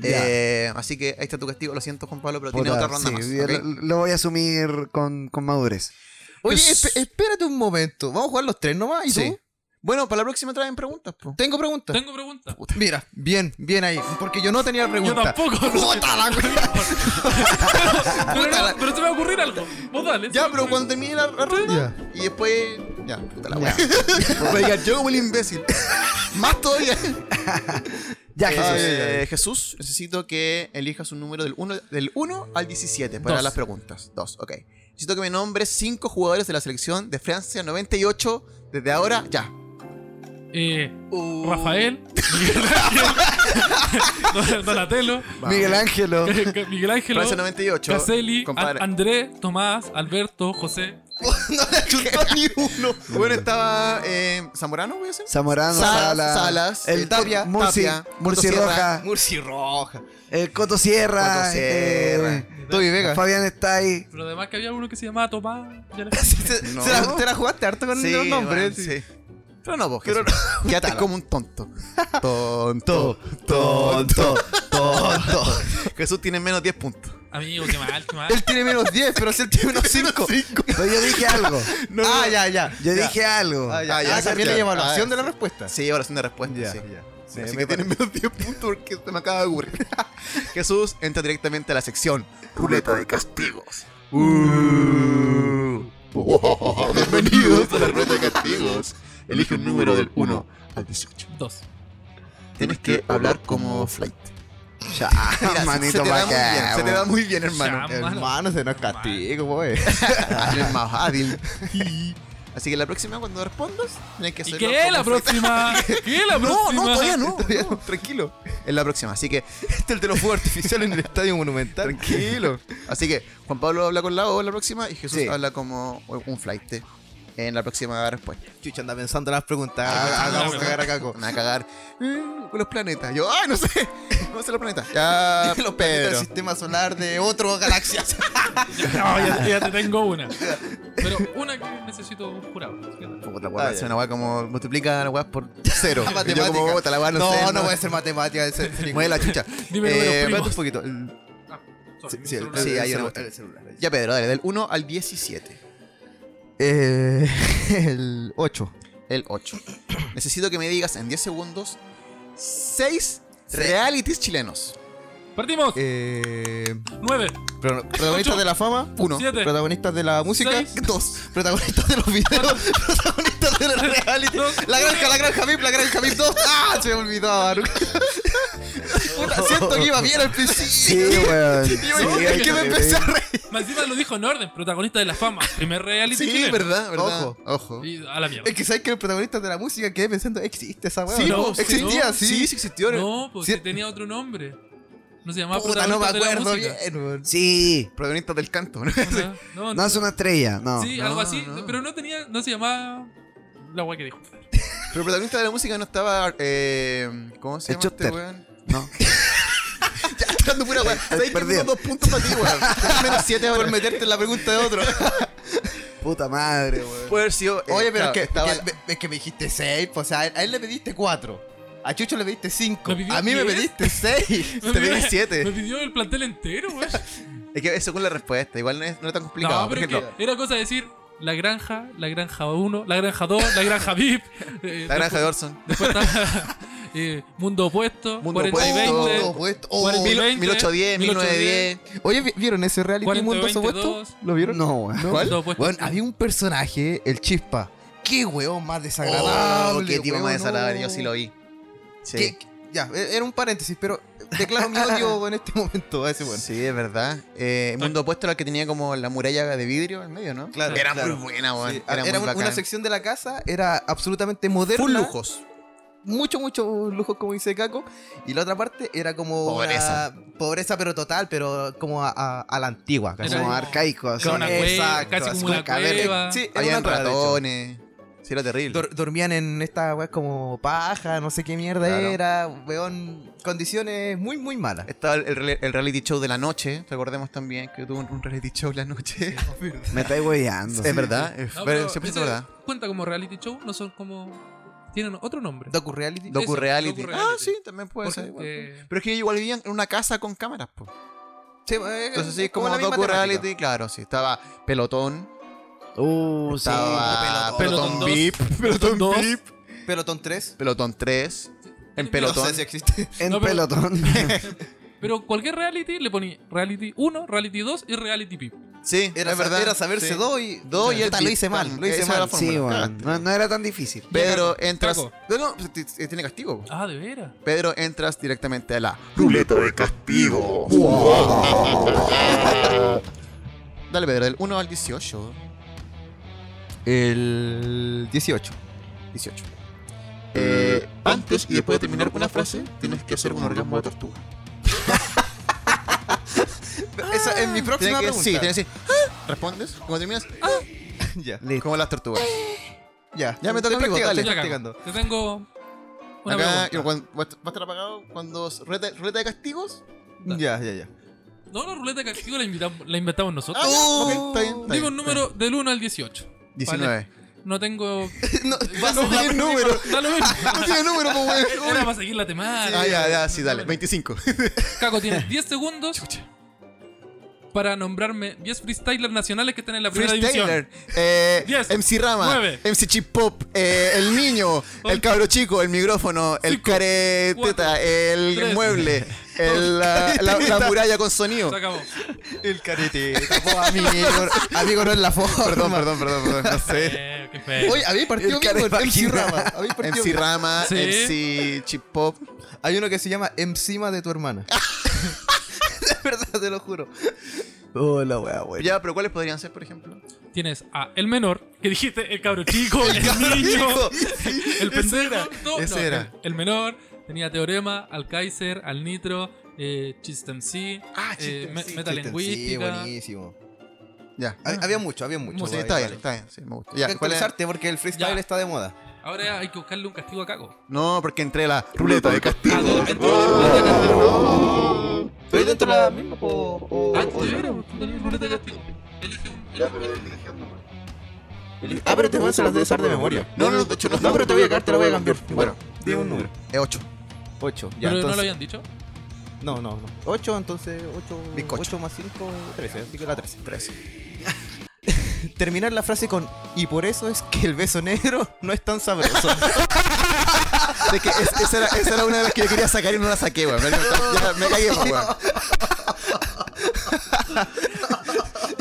Ya. Eh, así que ahí está tu castigo. Lo siento, Juan Pablo, pero tiene Puta, otra ronda sí, más. yo ¿ok? lo, lo voy a asumir con, con madurez. Oye, Pues- esp- espérate un momento. Vamos a jugar los tres nomás. ¿Y Sí. tú? Bueno, para la próxima traen preguntas, po. Tengo preguntas. Tengo preguntas. Mira, bien, bien ahí. Porque yo no tenía la Yo pregunta. tampoco. pero, no, pero se me va a ocurrir algo. Vos dale. Ya, pero cuando termine la, la ronda y después. Ya, puta la wea. Oiga, yo como el imbécil. Más todavía. Ya, Eh, Jesús. eh, Jesús, necesito que elijas un número del 1 del uno al 17 para Dos. las preguntas. Dos, ok. Necesito que me nombres cinco jugadores de la selección de Francia 98 desde ahora ya. Eh, Rafael, Miguel Ángel, Don- Donatello, eh, Miguel Ángelo. Miguel Ángel, Francia 98. Caselli, compadre. An- André, Tomás, Alberto, José. no le chutó ni uno. Bueno, estaba eh, Zamorano, voy a decir. Zamorano, Sa- Salas, Salas, el Tapia, Tapia, Murci, Tapia, Murci Coto Roja, Murci Roja. el Coto Sierra, Coto Sierra. eh, Toby Vega. Fabián está ahí. Pero además que había uno que se llamaba Tomás. ya le- Se- No. se la- te la jugaste harto con Sí, los nombres. bueno, sí. sí. Pero no, vos, Jesús. Quédate como un tonto. Tonto. Tonto, tonto. Jesús tiene menos 10 puntos. Amigo, qué mal, qué mal. Él tiene menos 10, pero si él tiene menos 5. Pero yo dije algo. ah, ya, ya. Yo Ya. dije algo. Ah, ya. Ah, ya, Ah, también ya. le llamo la Ah, opción de la sí. respuesta. Sí, ahora es una respuesta. sí. Sí, Así me que tiene parece. menos 10 puntos porque se me acaba de ocurrir. Jesús entra directamente a la sección Ruleta de Castigos. Bienvenidos a la Ruleta de Castigos. Elige un número del 1 al 18. Dos. Tienes que hablar como flight. Ya, Mira, manito, se, te pa' da muy acá, bien, se te weón. da muy bien, hermano. Ya, Hermano. Hermano, se nos castigo, wey. Eres más hábil. Así que la próxima cuando respondas, tienes que ¿Y hacerlo qué es como la flight. próxima? ¿Qué es la No, próxima? no, todavía no. no, tranquilo. Es la próxima. Así que Este es el de los fuegos artificiales en el Estadio Monumental. Tranquilo. Así que Juan Pablo habla con la O en la próxima y Jesús Sí. habla como un flight en la próxima respuesta. Chucha, anda pensando en las preguntas. Ah, Hagamos ah, cagar a Caco. Me va a cagar. Mm, los planetas. Yo, ay, no sé. No sé los planetas. Ya, Los planetas del Pedro. sistema solar de otro galaxia. No, ya, ya te tengo una. Pero una que necesito un jurado. Puta, La weá, Ah, es ya. una weá como multiplica la weá por cero. Y yo como, Matemática. puta, la weá no, no, sé. no, voy a ser matemática. ese- ese- Mueve la chucha. Dime Espérate números Eh, un primos. poquito. el- Ah, sorry, mi Sí, el- celular. sí, el ahí celu- era- el celular. Ya, Pedro, dale, del 1 al 17. Eh, el 8. El 8. Necesito que me digas en 10 segundos 6 realities chilenos. Partimos. Eh, Nueve. pro- protagonistas Ocho. de la fama. 1. Siete. Protagonistas de la música. Seis. 2. Protagonistas de los videos. protagonistas de la reality. Dos. La granja, la granja VIP, la granja VIP 2. ¡Ah! Se me olvidaba. nunca. Puta, siento que iba bien al principio. Sí, weón. Sí, es que me empecé a reír. Más encima lo dijo en orden, protagonista de la fama. Primer reality Sí, chileno. verdad, verdad. Ojo. Ojo. Y a la mierda. Es que sabes que los protagonistas de la música quedé pensando, existe esa weá. Sí, ¿no? po, sí, existía, no. sí. Sí, sí existió. No, porque Sí. tenía otro nombre. No se llamaba Puta, no me protagonista de la acuerdo música. bien, weón. Sí. Protagonistas del canto. ¿no? O sea, no, No es una estrella, no. sí, no, algo así, no. pero no tenía, no se llamaba la guay que dijo. Pero el protagonista de la música no estaba. Eh, ¿Cómo se El llama este Chester. weón? No. Ya, tirando pura weón. Sabéis que perdido. tengo dos puntos para ti, weón. Tengo menos siete por meterte en la pregunta de otro. Puta madre, weón. Puede haber sido. eh, Oye, pero claro, es que, estaba- que- me- es que me dijiste 6, pues, o sea, a él le pediste 4. A Chucho le pediste 5. ¿Me pidió A mí me diez? pediste 6. Me te pedí pidió- siete. Me pidió el plantel entero, weón. Es que es según la respuesta. Igual no es, no es tan complicado. No, por pero es ejemplo, que era cosa de decir la granja, la granja 1, la granja 2, la granja VIP. eh, la granja de Orson. Después está eh, Mundo Opuesto, Mundo 40 y Opuesto, 20. Mundo Opuesto. Oh, 40 y 20, 1810, 1910. Oye, ¿vi- ¿vieron ese reality 40, Mundo 22? Supuesto? ¿Lo vieron? No, weón. ¿No? Mundo Opuesto. Bueno, había un personaje, el Chispa. Qué weón más Oh, desagradable. qué tipo weón, más desagradable. no. Yo sí lo vi. Sí. ¿Qué- qué- Ya, e- era un paréntesis, pero declaro mi odio en este momento a ese weón. Sí, es verdad. Eh, mundo opuesto era el que tenía como la muralla de vidrio en medio, ¿no? Claro, Era claro. muy buena, weón. Sí, Era, Era, muy un- bacán. una sección de la casa, era absolutamente moderna. Full lujos. Mucho, mucho lujos, como dice Caco. Y la otra parte era como. una Pobreza. pobreza, pero total, pero como a, a- a la antigua. ¿cachai? Era- Como arcaico, así. Con una cueva, eh, Exacto, casi así como como una caverna. cueva. Sí, era Habían una rara, de hecho. ratones. Sí, era terrible. Dor- dormían en esta weá como paja, no sé qué mierda Claro. era, weón. Condiciones muy, muy malas. Estaba el, el- el reality show de la noche. Recordemos también que tuvo un, un reality show la noche. Me estáis weyando. es verdad. es- No, pero pero siempre es ese verdad. Cuenta como reality show, no son como. Tienen otro nombre. Docu reality. Do- Docu reality. docu-reality. Ah, sí, también puede Porque, ser. igual. eh, Pero es que igual vivían en una casa con cámaras, po. Sí, eh, Entonces sí, es como, la misma docu temática. reality, claro, sí. Estaba pelotón. Uh, sí. Estaba Pelotón pelotón, dos. VIP. Pelotón Pelotón dos. VIP. Pelotón 3. Pelotón 3. En pelotón. No sé si existe. En No, pero- pelotón. Pero cualquier reality le poní reality 1, reality 2 y reality VIP. Sí, Era, es verdad. era saberse Sí. dos y. Dos y el Puta, lo beat, hice mal. pam, Lo hice esa era mal. la fórmula. Sí, weón. Cagaste. No, no era tan difícil. Pedro, Caco, entras. Caco. No, no, pues, t- t- tiene castigo. Ah, de veras. Pedro, entras directamente a la. Ruleta de castigo. Dale, Pedro, del 1 al 18. El 18. 18. Eh, antes y después de terminar una frase, tienes que hacer un orgasmo de tortuga. Esa es mi próxima Tienes Ah. pregunta. que, sí, tienes que decir. "Ah", Respondes, cuando terminas, "Ah", ya. como las tortugas. Ya. Ya me toca Estoy a mí, vos, practicando, dale. estoy Ya, practicando. Caco, Te tengo una Acá, pregunta. cuando- va a estar- va a estar apagado cuando. Ruleta, ruleta de castigos. Dale. Ya, ya, ya. No, la ruleta de castigo la, invitamos- la inventamos nosotros. Ah, ya, ok, está Digo bien. está bien, un está bien. número del 1 al 18. 19. No tengo. No, vas No, a da- tener número. Da lo mismo. Tiene número, po, weón. Era para seguir la temática. Ah, ya, ya, sí, dale. 25. Caco, tienes 10 segundos para nombrarme 10 freestylers nacionales que están en la primera división. Freestyler, eh, Diez, MC Rama, nueve, MC Chip Pop, eh, el niño, el cabro chico, el micrófono, el cinco, cuatro, careteta, el tres, mueble, el, la, la- la muralla con sonido. Se acabó. El carete. Oh, amigo, amigo, no es la foto. Perdón, perdón, perdón, perdón, no sé. Eh, qué feo. Oye, habéis partido El bien con MC carevagina. Rama. Habéis partido MC bien. Rama, Sí. MC Chip Pop. Hay uno que se llama Encima de tu hermana. de verdad, te lo juro. Oh, la wea, wea. Ya, pero ¿cuáles podrían ser, por ejemplo? Tienes a el menor, que dijiste el cabro chico, el, niño, el pendejo. no, ese no, era. El, el menor tenía Teorema, al Kaiser, al Nitro, eh, Chistem C, Ah, eh, me- Sí, Metalingüística. buenísimo. Ya. Hab- Había mucho, había mucho. Sí, wea, está bien, igual. está bien, sí, me gusta. Hay Ya, que ¿cuál es? actualizarte porque el freestyle Ya. está de moda. Ahora hay que buscarle un castigo a Caco. No, porque entré a la Ruleta ruleta de de castigo. Ah, no, entró la ruleta de castigo. ¿Estoy dentro de la misma o, Ah, de veras, tú tenías ruleta de castigo. Elige un- Ah, pero te vas a las de usar de memoria. No, no, de hecho no. No, pero te voy a cagar, te la voy a cambiar. Bueno, di un número. 8. 8? Ya, Pero no lo entonces. habían dicho. No, no, no. 8, entonces 8, Bizcocho. más 5, 13. Así que la 13. 13. Terminar la frase con y por eso es que el beso negro no es tan sabroso. Es que es- esa, era, esa era una de las que yo quería sacar y no la saqué, weón. Me, ya, me cagué, po, weón.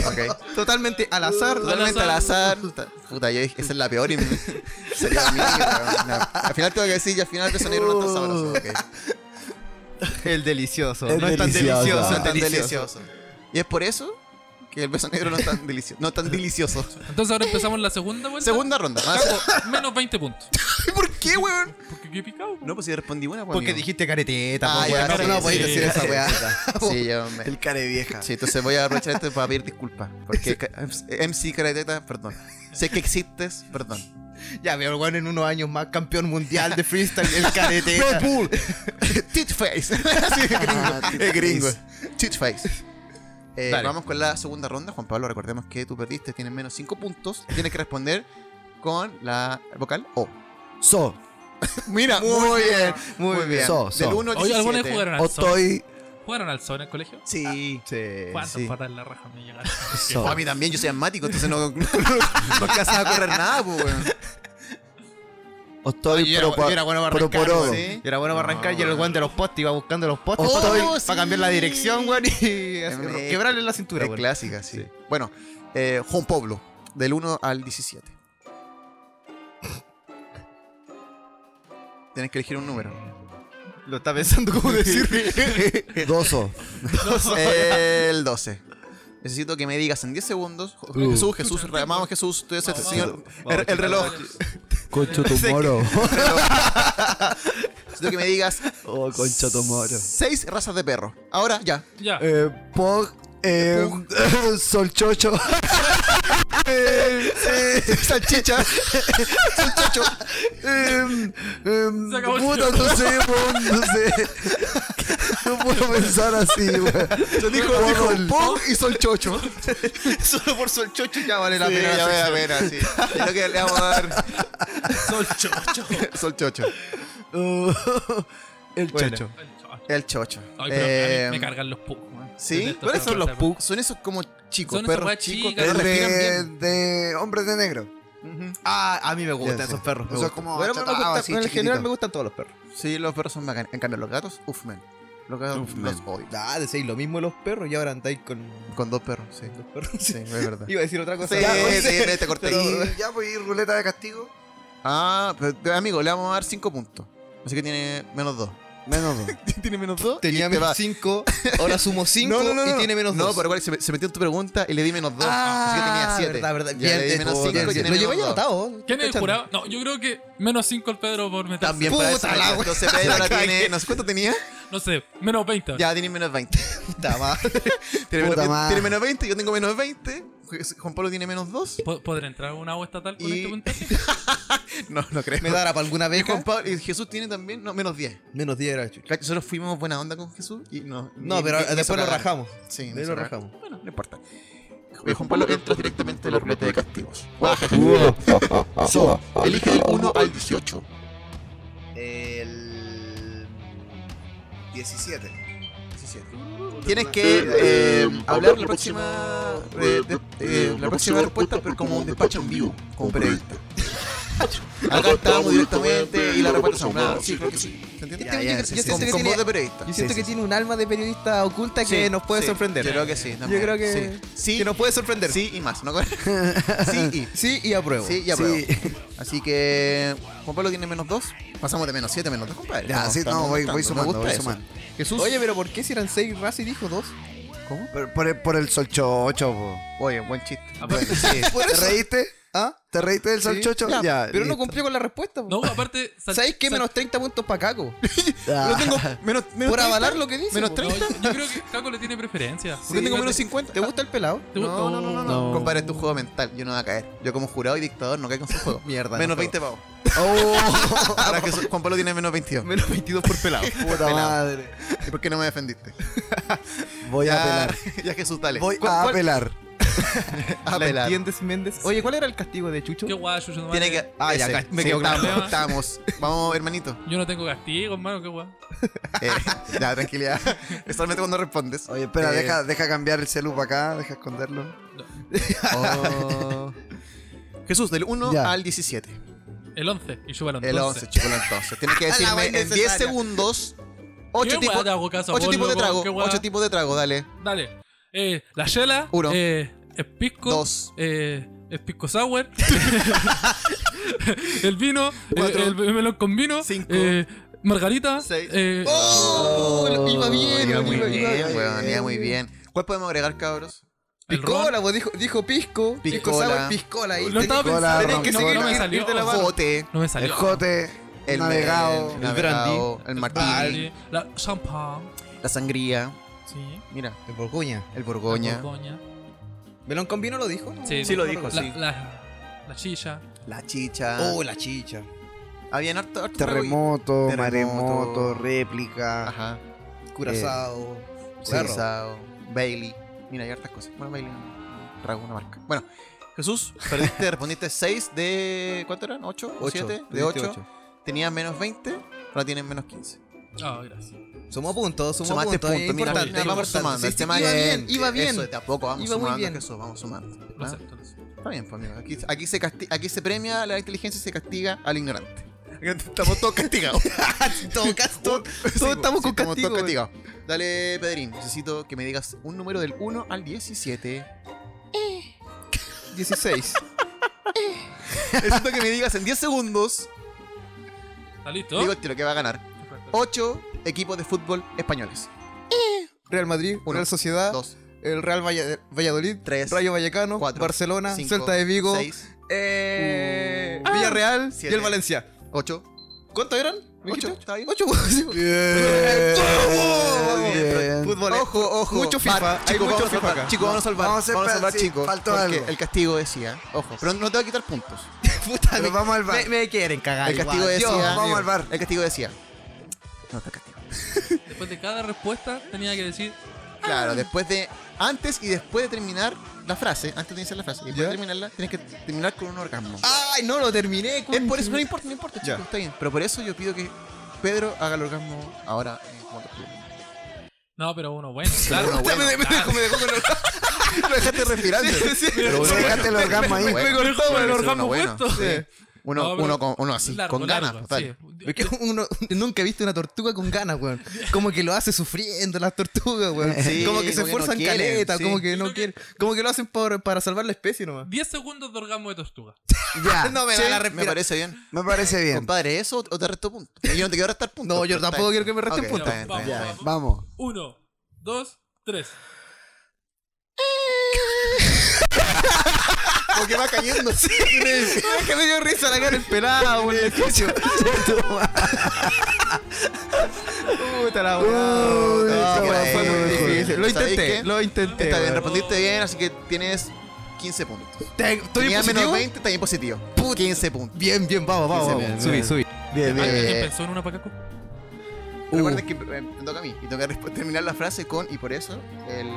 Ok. Totalmente al azar. Totalmente al azar. Puta, puta, yo dije, esa es la peor y me- sería la mía, weón. No. Al final tengo que decir, y al final el beso negro no está sabroso. ok. Uh, El delicioso. El no es tan delicioso. delicioso. No es es tan delicioso. Y es por eso que el beso negro no es tan delicioso. No es tan delicioso. Entonces ahora empezamos la segunda vuelta. Segunda ronda. más. Caco, menos 20 puntos. ¿Por qué, weón? Porque qué picado. No, pues si respondí buena, Porque dijiste careteta. Ah, po, ya, weón. no, sí, no sí, podéis sí, decir sí, esa weá. Sí, yo me, El care vieja. Sí, entonces voy a aprovechar eh, esto para pedir disculpas. Porque ca- MC Careteta, perdón. Sé que existes, perdón. Ya, veo el weón en unos años más campeón mundial de freestyle, el caretera. Bull. Tit face. Así Ah, es gringo. Es gringo. Tit face. Eh, Dale. vamos con la segunda ronda. Juan Pablo, recordemos que tú perdiste, tienes menos 5 puntos. Tienes que responder con la vocal O. So, Mira, muy, bien, muy bien. So, so. Del 1 al Oye, algunos 17. jugaron al sol. estoy ¿Jugaron al sol en el colegio? Sí. Sí, ¿Cuántas sí. patas en la raja me llegaron? Oh, a mí también, yo soy asmático, entonces no, no, no alcanzaba a correr nada, pues, weón. Estoy Yo era, yo era bueno para arrancar. proporodo. weón. Sí. Yo era bueno para arrancar y era el weón de los postes. Iba buscando los postes Oh, para, sí. para cambiar la dirección, weón. Y así, Eh, quebrarle la cintura, Es weón. clásica, sí. Bueno, eh, Juan Pablo, del 1 al 17. Tienes que elegir un número. Lo está pensando cómo decir. doso. El 12. Necesito que me digas en 10 segundos. Jo- Uh. Jesús, Jesús, amamos Jesús, tú eres el Vamos, Señor. vamos, el- el chicos, reloj. Concho tu moro. Necesito que me digas Oh, concha tomoro. 6 razas de perro. Ahora, ya. Ya. Eh, Pog. Eh, Solchocho. Eh, Salchicha. Salchacho. Em, em, Se acabó el puta, show. no sé, weón, no sé. No puedo pensar así, weón. Yo dijo, dijo Pog y Solchocho. Solo por solchocho ya vale la Sí, pena. ya la ve, a sección. ver, así. Es lo que le vamos a dar. Sol chocho. Solchocho. Uh, el Bueno. chocho. El chocho. El chocho. Ay, pero a mí Eh, me cargan los pugs, man. ¿Sí? Detesto ¿Cuáles esa son los raza de pugs? Son esos como chicos, Son esas perros weas chicos chicas que que respiran respiran bien. De, de hombres de negro. Ah, a mí me gustan Ya sé. esos perros. me Eso es gustan. como Bueno, pero me achatado, gusta- así, en el general chiquitito. me gustan todos los perros. Sí, los perros son bacanes. En cambio, los gatos, uff, men. Los gatos Uf, los men. odio. Ah, decís lo mismo de los perros y ahora andáis con Con dos perros, sí. los perros. Sí, es verdad. Iba a decir otra cosa. Sí, Ya, sí, oye. este sí, te corté. Pero- Y ya, pues, y ruleta de castigo. Ah, pero amigo, le vamos a dar 5 puntos. Así que tiene menos 2. Menos dos. ¿Tiene menos 2? Tenía menos este 5, ahora sumo 5 y tiene menos 2. No, pero igual se, me- se metió en tu pregunta y le di menos 2. así que Ah, tenía 7. verdad, verdad. Ya Bien, le di de menos todo, 5 bien, y tiene Lo llevé ya menos dos. anotado. ¿Quién es el Cachando. jurado? No, yo creo que menos 5 el Pedro por meterse. También Puta parece la wea. Entonces Pedro ahora tiene. No sé cuánto tenía. No sé, menos 20. Ya tiene menos 20. Puta madre. Tiene menos, Puta madre. tiene menos 20, yo tengo menos 20. Juan Pablo tiene menos 2. ¿Po- ¿Podrá entrar una agua estatal con Y- este puntaje? No, no creo. ¿Me dará para alguna Y vez? Juan Pablo, y Jesús tiene también, no, menos 10. Menos 10 era el chucho. Cacho, Nosotros fuimos buena onda con Jesús y no. No, ni- pero ni- ni eso después lo cagaron. rajamos. Sí, ni Después eso lo cagaron. rajamos. Bueno, no importa. Eh, Eh, Juan Pablo, entras directamente en la ruleta de castigos. So, Elige del 1 al 18. El 17. 17. Tienes que Eh, eh, eh, hablar la próxima, eh, de- eh, la próxima respuesta, pero como un despacho en vivo, como periodista. Acá estamos directamente y la respuesta son nada. Sí, creo que sí. ¿Se entiende? Ya, ya, sí, Yo sí, siento sí. que Con tiene- voz de periodista. Yo siento sí, que sí. tiene un alma de periodista oculta que nos puede sorprender. ¿eh? Yo creo que sí. Yo creo que- Sí, Que nos puede sorprender. sí y más. ¿no? sí Sí, y y. apruebo. Sí y apruebo. Así que. Juan Pablo tiene menos 2. Pasamos de menos 7 a menos 2, compadre. Ya, Estamos- sí, no, estamos voy, voy aumentando, sumando, me voy gusta sumando. eso. Jesús. Oye, pero ¿por qué si eran 6 razas y dijo 2? ¿Cómo? Por, por el, por el solchocho, po. Oye, buen chiste. Aparte- ¿Te reíste? ¿Ah? ¿Te reíste del Sí. solchocho? Ya, Ya, pero no listo. cumplió con la respuesta. po. No, aparte. sal- ¿Sabes qué? sal- Menos 30 puntos para Caco. Ah. Yo tengo menos, menos Por 30. avalar lo que dice. menos po. No, 30. yo, yo creo que Caco le tiene preferencia. ¿Por qué tengo menos 50? ¿Te gusta el pelado? ¿Te gusta? No, no, no, no, no. No. Compadre, es tu juego mental. Yo no voy a caer. Yo como jurado y dictador no caigo en su juego. Mierda. menos no, 20 pavos. Oh, Ahora que Juan Pablo tiene menos 22. menos 22 por pelado. Puta madre. ¿Y por qué no me defendiste? Voy a Ya, apelar. ya Jesús, dale. Voy ¿Cuál- a cuál- apelar. a ¿La pelar. entiendes, Méndez? Oye, ¿cuál era el castigo de Chucho? Qué guay, yo, no Tiene madre. que. Ah, ya, ese. ca- me Sí, quedo claro. estamos, estamos. Vamos, hermanito. yo no tengo castigo, hermano, qué guay. Eh, ya, tranquilidad. Es solamente cuando respondes. Oye, espera, Eh, deja, deja cambiar el celu para acá, deja esconderlo. oh. Jesús, del 1 Ya. al 17. El 11, y yo al 11. El 11, chupalo entonces. Tienes que A la decirme wea en 10 innecesaria. segundos. ¿Qué 8 guay tipos, te hago caso, ocho vos, tipos de loco? trago. ¿Qué guay? 8 tipos de trago, dale. Dale. Eh, la Shela. Uno. Eh, el Pisco. 2. Eh, el Pisco Sour. el vino. eh, Cuatro. el melón con vino. Cinco. Eh, margarita. Seis. Eh, ¡Oh! Iba bien, Iba iba muy iba bien, bien. weón, iba muy bien. ¿Cuál podemos agregar, cabros? el ron. Piscola, pues dijo, dijo pisco. Pisco Piscola. sour, piscola. Y Lo estaba Cola, pensando. ron, y no- cola. no, me salió. El jote, No me El salió. jote, el el navegado. el navegado, el martini, Vale. Eh, La champán. la sangría, Sí. mira, El Borgoña. el borgoña. La Borgoña. ¿Melón con vino lo dijo? ¿no? Sí, Pues Sí, lo dijo, La, sí. la- la chicha. La chicha. Oh, la chicha. Habían harto, harto Terremoto, Terremoto. maremoto, juego y- réplica. Ajá. Curazao. Cerro. Cesao, Bailey. Mira, hay hartas cosas. Bueno, Bailey no. Rago una marca. Bueno, Jesús, perdiste, respondiste 6 de. ¿Cuánto eran? ¿8? Ocho, ¿7? De tuviste 8. ocho. Tenías menos 20, ahora tienes menos 15. Ah, gracias. Somos puntos, somos Sumaste puntos. puntos, es mira, importante, mira, vamos importante. sumando. Sí, El sí, tema iba es- bien, iba bien. Eso, de a poco vamos Iba muy sumando, bien. Jesús, vamos sumando. Lo ¿ah? acepto, lo acepto. Está bien, pues, amigo. Aquí, aquí se casti- aquí se premia la inteligencia y se castiga al ignorante. Estamos todos castigados. Todo cas- todo- todos pues, estamos con Estamos castigo. todos castigados. Dale, Pedrín, necesito que me digas un número del 1 al 17. 16. Necesito que me digas en 10 segundos, ¿Está listo? digo el tiro que va a ganar. 8 equipos de fútbol españoles. Real Madrid, Uno, Real Sociedad, 2, el Real Valla- Valladolid, Tres, Rayo Vallecano, cuatro, Barcelona, 5, Celta de Vigo, 6, eh, Villarreal y siete. el Valencia. 8. ¿Cuántos eran? ¿Me dijiste? 8, está bien. Ocho. sí. Bien, Bien. bien. Fútbol. Ojo, ojo. Mucho FIFA, Bar- hay chico, mucho vamos a FIFA salvar, acá. Chico, vamos a salvar. Vamos Vamos a, a esperar, salvar, sí, chico. faltó porque algo. El castigo decía. Ojo. Pero no te va a quitar puntos. Puta, Pero me- vamos al me, bar. me quieren cagar. El castigo igual. decía. Dios, vamos al bar. El castigo decía. No está castigo. Después de cada respuesta tenía que decir Claro, después de. Antes y después de terminar la frase, antes de iniciar la frase, y después Ya. Ah, de terminarla, tienes que terminar con un orgasmo. Ay, no lo terminé. es conche- por eso, no importa, no importa, Ya. chicos, está bien. Pero por eso yo pido que Pedro haga el orgasmo ahora en como te pido. No, pero uno bueno, claro. uno Puta, bueno, me, me dejó, me dejó con el Lo dejaste respirando. Sí, sí. Pero bueno, Dejaste el orgasmo ahí. bueno. Me cortó con el Puede ser orgasmo. uno bueno. puesto. sí. Uno, No, pero- uno, con, uno así, Largo, con largo, ganas. total. sí. Es que uno nunca he visto una tortuga con ganas, weón. Como que lo hace sufriendo las tortugas, weón. Sí, como que se como que no esfuerzan quieren, caleta, sí. como que no quieren. Como que lo hacen por- para salvar la especie nomás. 10 segundos de orgasmo de tortuga. Ya, No me Sí, da la me respiración. parece bien. me parece bien. Compadre, ¿eso o te restó punto? Yo no te quiero restar punto. No, yo tampoco quiero que me resten Ok, puntos. está bien, está bien, está bien. Vamos. Vamos. Uno, dos, tres. Como que va cayendo. Sí. Es que me dio risa la cara en pelada, weón. Puta la weón. Uy, esta weá fue es muy difícil. difícil. Lo ¿Sabéis intenté, qué? lo intenté. Está weón. bien, respondiste bien, así que tienes 15 puntos. Te- Estoy en Tenía menos positivo. 20, también positivo. 15 puntos. Bien, bien, vamos, vamos. Quince, vamos. bien, subí, Bien, bien. ¿Alguien Eh. pensó en una pacaco? Recuerden Uh. que eh, me toca a mí y tengo que resp- terminar la frase con y por eso el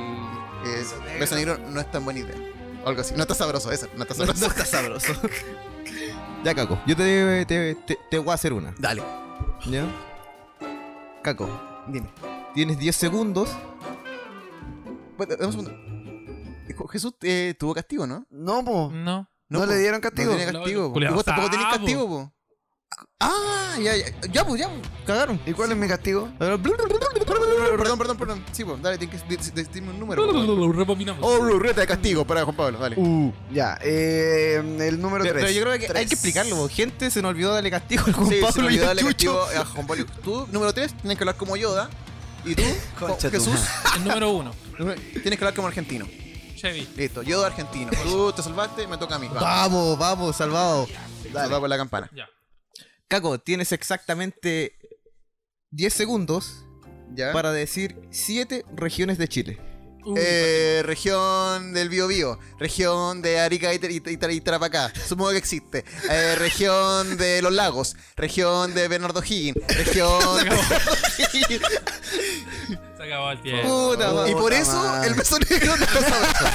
eh, beso negro no es tan buena idea. O algo así. No está sabroso, eso. No está subí. No, sabroso. no está sabroso. Ya, Caco, yo te, te, te, te voy a hacer una. Dale. ¿Ya? Caco, Dime. tienes 10 segundos. Bueno, dame un segundo. Dijo, Jesús eh, tuvo castigo, ¿no? No, po. No. No, po. le No dieron castigo. tiene Claro, castigo. po. Y culiao. vos tampoco tenés Sabo. castigo, po. Ah, ya, ya, ya, pues, ya, pues, cagaron. ¿Y cuál es mi castigo? Perdón, perdón, perdón. Sí, po. Dale, tienes que de- de- dime un número. po. Repopinamos. Oh, ruleta de castigo para Juan Pablo, dale. Uh, Ya, eh, el número pero, pero yo 3. creo que hay que explicarlo, po. gente se nos olvidó darle castigo al Juan Sí, se Pablo me y olvidó al darle castigo Chucho. a Juan Pablo. Tú, número 3, tienes que hablar como Yoda. Y tú, Concha tu Jesús, El número uno. tienes que hablar como argentino. Chevy. Listo, Yoda argentino. Tú te salvaste, me toca a mí. Vamos, Vamos, vamos, salvado. salvado por la campana. Ya. Caco, tienes exactamente 10 segundos ¿Ya? para decir 7 regiones de Chile. Uy, Eh, región del Bio Bio, región de Arica y, Tra- y, Tra- y Tarapacá, supongo que existe. Eh, región de Los Lagos, región de Bernardo Higgins, región. Se acabó el oh. tiempo. Puta, y por Puta eso madre. el beso negro no está sabroso.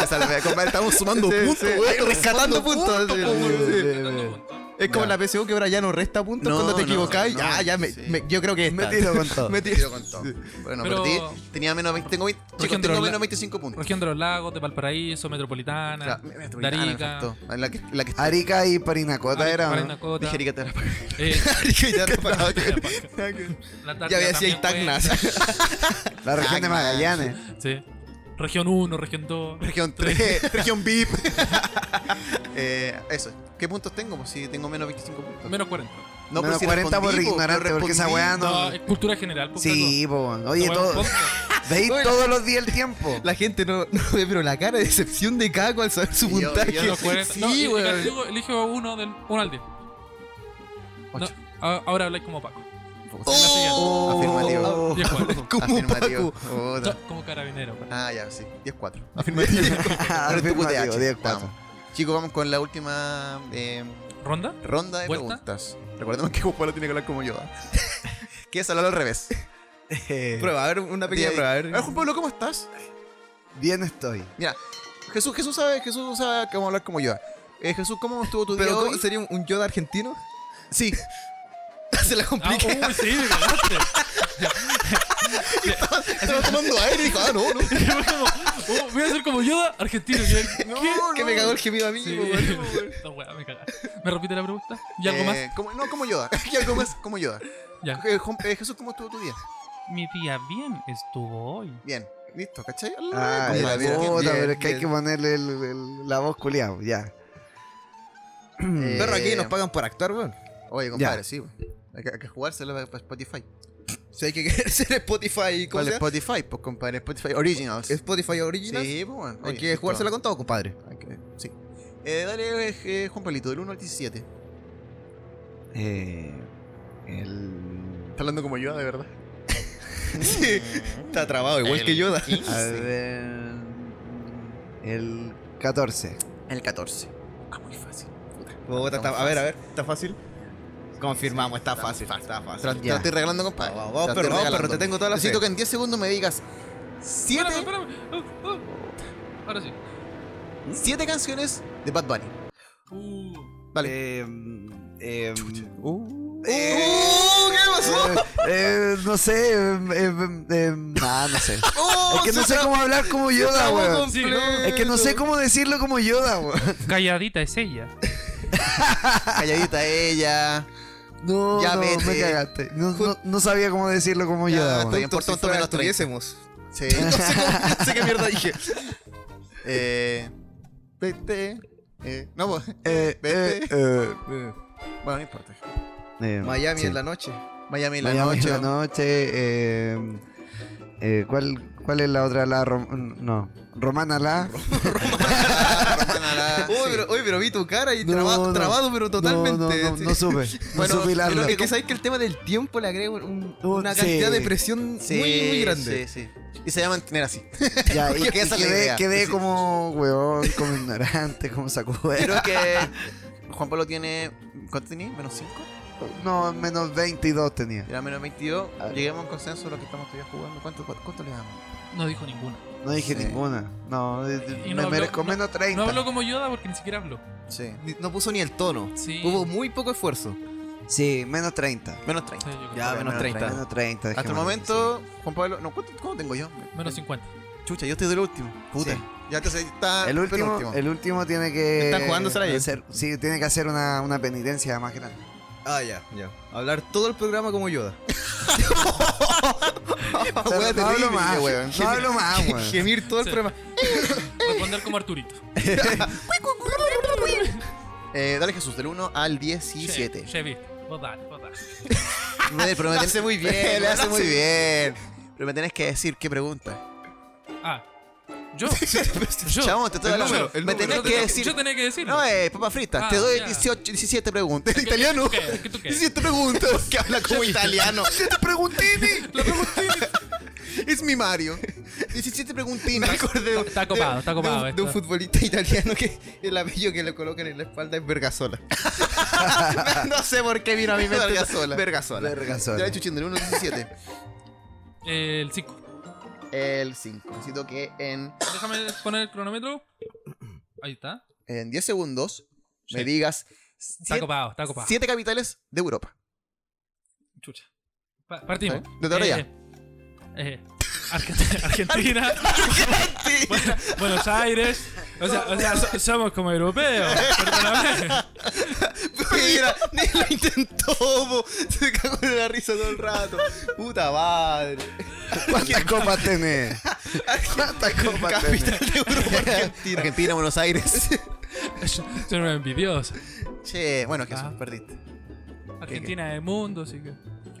Me salvé, compadre, estamos sumando Sí, puntos, sí. güey, Ay, rescatando puntos. sí, sí, sí. Es como Ya. la PSU que ahora ya no resta puntos No, cuando te no, equivocas. no, ya, ya, me, sí. me- yo creo que Me esta. tiro con todo. Me Te tiro. tiro con todo. Bueno, Pero- perdí. Tengo menos, 20, tengo, 20, Región de tengo los la- menos 25 puntos. Región de los Lagos, de Valparaíso, Metropolitana, Claro, me- me- de ah, me Arica. faltó. La que, la que Arica y Parinacota era. ¿no? Parinacota. dije Arica Tarapacá. Eh, Ya te- la Tacna ya había sido también fue. Itacnas. La región de Tacna. Magallanes. Sí. Región 1, Región 2. Región 3, región VIP. Eh, eso. ¿Qué puntos tengo? Pues si tengo menos 25 puntos. Menos 40. no, menos pero si 40 respondí, por pues, po, ignorante, pero porque esa respondí. weá no. No, es cultura general. pues, sí, po. weón. Caco. Oye, No, todo, weón, veis todos los días el tiempo. La gente no, no ve, pero la cara de decepción de Caco al saber su Yo- yo puntaje. no Los 40. Sí, No, y- y weón. castigo, elijo uno del 1 al 10. No, Ocho. a- ahora habláis como Paco. Oh, afirmativo. Oh. 10-4. Como afirmativo. Paco. Otra. No, como carabinero. weón. Ah, ya, sí. 10-4. Afirmativo. Ahora tú Afirmativo, puteache. 10-4. Vamos. Chicos, vamos con la última eh, ¿Ronda? ronda de ¿Vuelta? preguntas. Recordemos que Juan tiene que hablar como yo. ¿Quieres hablar al revés? Prueba, a ver, una pequeña Di- prueba. A A ver. ver, Juan Pablo, ¿cómo estás? Bien estoy. Mira, Jesús, Jesús sabe, Jesús sabe cómo hablar como yo. Eh, Jesús, ¿cómo estuvo tu día Pero ¿cómo hoy? sería un, un Yoda argentino? Sí, Se la Ah, complica. uy, sí, me ganaste. estaba tomando aire y dijo, ah, no, no. Fue como, oh, voy a ser como Yoda argentino. ¿Qué? que me cagó el gemido a mí. Sí. po, weón. Esta weá me caga. ¿Me repite la pregunta? ¿Y algo más? Eh, ¿cómo- no, como ¿ah? Yoda. ¿Y algo más? Como Yoda. Ya. Eh, Juan- eh, Jesús, ¿cómo estuvo tu día? Mi día bien estuvo hoy. Bien, listo, ¿cachai? Ah, Compadre, mira, la bien, puta, bien, pero es que hay bien. que ponerle el- el- la voz culiao, ya. Eh, Perro, aquí nos pagan por actuar, weón. Oye, compadre, sí. weón. Hay que, hay que jugárselo para Spotify. O sea, hay que ser Spotify. ¿Cómo ¿Cuál se es llama? Spotify? Pues, compadre, Spotify Originals. Spotify Original. Sí, pues, bueno. Hay que jugársela con todo, compadre. Sí. Eh, dale, eh, Juan Palito, del 1 al 17. Está Eh, el... hablando como Yoda, de verdad. Sí. Está trabado, igual que Yoda. A ver... El 14. El 14. Ah, muy fácil. Puta, está- Está a ver, fácil. a ver, ¿está fácil? Confirmamos, está fácil. Está Te fácil. lo- te Ya. lo estoy regalando, compadre. Vamos, vamos, oh, Te lo perro, estoy vamos, regalando. perro, te tengo toda la Necesito fe. que en 10 segundos me digas 7 Espérame, espérame. Uh, uh. Ahora sí. siete canciones de Bad Bunny. Uh, Vale. Eh, eh, Uh. ¡Uh, eh, no sé. Eh, eh, eh, nah, no sé. es que no sé cómo hablar como Yoda, weón. sí, ¿no? Es que no sé cómo decirlo como Yoda, weón. Calladita es ella. Calladita ella. No, Ya no, vete. me cagaste. eh, No, no, no sabía cómo decirlo como Yoda, estoy weón. bien, por Si tonto fuera, menos 30. estuviésemos. Sí. No sé qué mierda dije. eh. Vete. Eh, no, pues, Eh, eh, eh, bueno, no importa. eh, Miami sí. en la noche. Miami en la Miami noche. en la noche. Eh, eh, ¿cuál, ¿Cuál es la otra? La rom- no. Romana la. Romana la- Uy, Ah, sí. pero, uy, pero vi tu cara y No, trabado, no. trabado, pero totalmente. No, no, no, Sí. no supe. No Bueno, supe hilarlo. pero es que sabes que el tema del tiempo le agrega un- una Sí. cantidad de presión Sí, muy, muy grande. Sí, sí. Y se llama mantener así. Ya, y, Porque y esa es la quedé, idea. quedé Sí. como weón, como ignorante, como sacudido. Creo que Juan Pablo tiene. ¿Cuánto tenía? ¿Menos 5? No, menos 22 tenía. Era menos 22. Lleguemos a un consenso de lo que estamos todavía jugando. ¿Cuánto, cuánto, cuánto le damos? No dijo ninguna. No dije Sí. ninguna. No, eh, Y me no habló- merezco no- menos 30. No habló como Yoda porque ni siquiera habló. Sí. Ni- No puso ni el tono. Sí. Uh. Hubo muy poco esfuerzo. Sí, menos 30. Menos Sí, 30. yo creo. Ya, menos 30. Menos 30. Hasta el dejémoslo momento, Juan Pablo. No, ¿cuánto, ¿Cómo tengo yo? Menos 50. Chucha, yo estoy del último. Puta. Sí. Ya entonces está. así. El último, penúltimo. el último tiene que. Están jugándosela ahí. hacer- Sí, tiene que hacer una, una penitencia más grande. Ah, ya, ya. Hablar todo el programa como Yoda. O Ah, sea, weón, no hablo terrible, más, weón. No hablo más, weón. Gemir todo el Sí. programa. Responder como Arturito. Eh, dale Jesús, del 1 al 17. Chevy. Vos dale, vos dale. Dale, pero me tenés- hace muy bien, le lo hace hace muy bien. Pero me tenés que decir qué pregunta. Ah. Yo. yo. Chabón, te estoy El hablando. número, el me número. tenés Yo que tenía- decir. Yo tenía que decir. No, eh, papa frita, Ah, te doy ya. 18, 17 preguntas. En ¿Qué- italiano. ¿Qué? ¿Qué tú qué? 17 preguntas. Que habla como italiano. 17 preguntini. Lo pregunté. Es mi Mario. 17 preguntini. Acordé Está copado, está de un- copado. De un, esto. futbolista italiano que el apellido que le colocan en la espalda es Vergasola. no sé por qué vino a mi mente. Vergasola. Vergasola. Ya Vergasola. he chuchín del 1 al 17. Eh, El 5. El 5. Necesito que en, Déjame poner el cronómetro. Ahí está. en 10 segundos me Sí. digas Está 7 copado, está copado. capitales de Europa. Chucha. Pa- partimos. ¿Eh? Desde ahora ya. eh, Argent- Argentina. Bueno, Buenos Aires. O sea, o sea, so- somos como europeos. Perdóname. Mira, ni lo intentó, po. se cagó de la risa todo el rato. Puta madre. ¿Cuántas copas tenés? ¿Cuántas copas tenés? Capital de Europa Argentina. Argentina, Buenos Aires. Son unos envidiosos. che, bueno, Jesús, Ah. perdiste. Argentina de mundo, así que.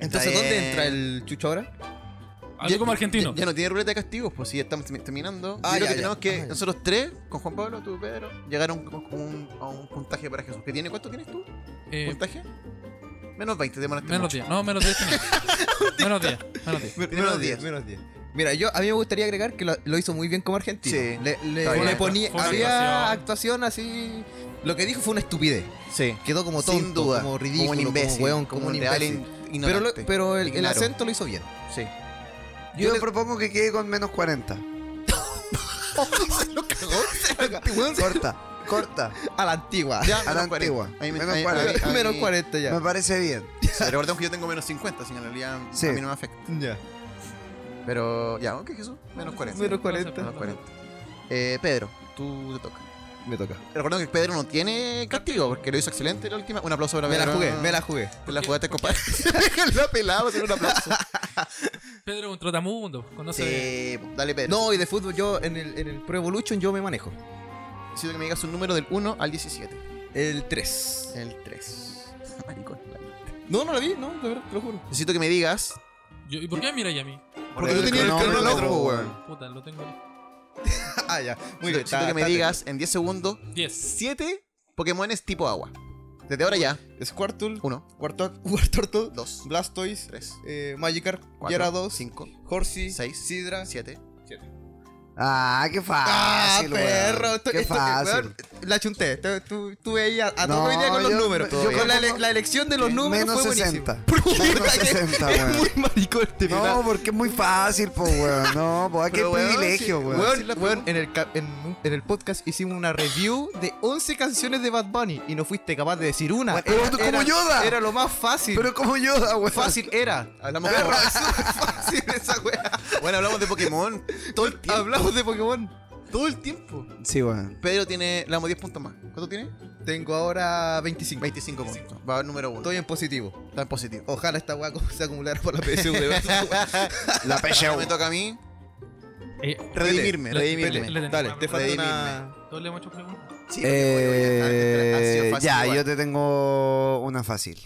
Entonces, Está bien. ¿dónde entra el chucho ahora? Algo como argentino. Ya, ya no tiene ruleta de castigos, pues sí, estamos termi- terminando. Ah, ya, Yo creo que ya. tenemos que, Ah, ya. nosotros tres, con Juan Pablo, tú, Pedro, llegar a un, un- a un puntaje para Jesús. ¿Qué tiene? ¿Cuánto tienes tú? Eh, ¿Puntaje? Menos 20, te demoraste menos mucho. 10. No, menos 10. Menos 10. Menos 10. Menos 10. Menos 10. Mira, yo a mí me gustaría agregar que lo, lo hizo muy bien como argentino. Sí. Le, le- Está bien. le ponía, Fue una había actuación actuación. así. Lo que dijo fue una estupidez. Sí. Quedó como tonto, Sin duda. como ridículo, un imbécil. como weón, como, un real imbécil. in- Pero, lo- ignorante. pero el, el Ignaro. acento lo hizo bien. Sí. Yo, Yo le- propongo que quede con menos 40. corta, corta. A la antigua. Ya, a la menos 40. antigua. A mí me- Menos a mí- 40. a mí- Menos 40 ya. Me parece bien. Sí, recordemos que yo tengo menos 50, así que en realidad Sí. a mí no me afecta. Ya. Pero ya, aunque Jesús, menos 40. Menos 40. Menos 40. Eh, Pedro, tú te toca. Me toca. Recordemos que Pedro no tiene castigo porque lo hizo excelente la última. Un aplauso para Me Pedro. la jugué, me la jugué. Te la jugaste, compadre. la pelaba, hacer un aplauso. Pedro es un trotamundo, conoce. de- Sí, Eh, pues, dale, Pedro. No, y de fútbol yo en el, en el Pro Evolution yo me manejo. Necesito que me digas un número del 1 al 17. El 3. El 3. Maricón. No, no la vi, no, de verdad, te lo juro. Necesito que me digas. Yo- ¿Y por qué miráis a mí? Porque tú tenías el cronómetro, po, weón. Puta, lo tengo ahí. ah, ya. Muy bien. Necesito está- que me está- digas en 10 segundos 10. 7 Pokémones tipo agua. Desde ahora ya. Squirtle, 1, Quartot- Wartortle, 2, Blastoise, 3, eh, Magikarp, 4, Gyarados, 5, Horsey, Seis. Sidra. 7. Ah, qué fácil. Ah, weón. perro, esto- qué esto- fácil. weón, la chunté. Tú, tú, tú veías a No, todo idea con los yo- números. yo con la, como- ele- la elección de los números menos fue 60. buenísima. ¿Por qué? Menos 60, es weón. muy maricón este No, porque es muy fácil, po, weón. No, po, ah, qué Pero, weón, privilegio, sí, weón. Weón, weón, en, el ca- en, un- en el podcast hicimos una review de 11 canciones de Bad Bunny y no fuiste capaz de decir una. Weón, pero tú como Yoda. Era lo más fácil. Pero como Yoda, weón. fácil era. Hablamos Perro, como- es súper fácil esa wea. Bueno, hablamos de Pokémon todo el tiempo. Hablamos de Pokémon. todo el tiempo. Sí, weón. Pedro tiene, le damos 10 puntos más. ¿Cuánto tiene? Tengo ahora 25. 25 puntos. Va al número 1. Estoy en positivo. Está en positivo. Ojalá esta wea se acumulara por la PSV. La pecha me toca a mí. Eh, Redimirme, le- redimirme. le- le- Dale, te falta Redimirme. una. Todos le hemos hecho preguntas. Sí, Eh, ha sido fácil ya, igual. yo te tengo una fácil.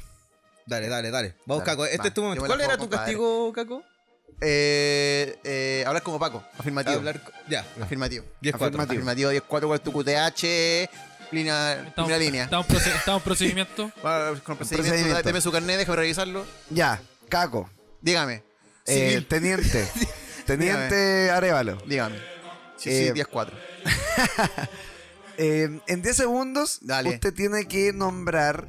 Dale, dale, dale. Vamos, Dale, Caco. Este va. es tu momento. Yo me la ¿Cuál era juego, tu castigo, Caco? Eh, eh, hablar como Paco. Afirmativo. Hablar. co- Ya. Afirmativo. 10-4. Afirmativo. Afirmativo 10-4 con tu QTH. Línea, Estamos, primera línea. Estamos, proce- estamos en procedimiento. Va Con procedimiento, procedimiento. dame su carnet, déjame revisarlo. Ya, Caco. Dígame, eh, Civil. teniente. teniente Arevalo. dígame. Sí, sí, Eh, 10-4. Eh, en 10 segundos, Dale. usted tiene que nombrar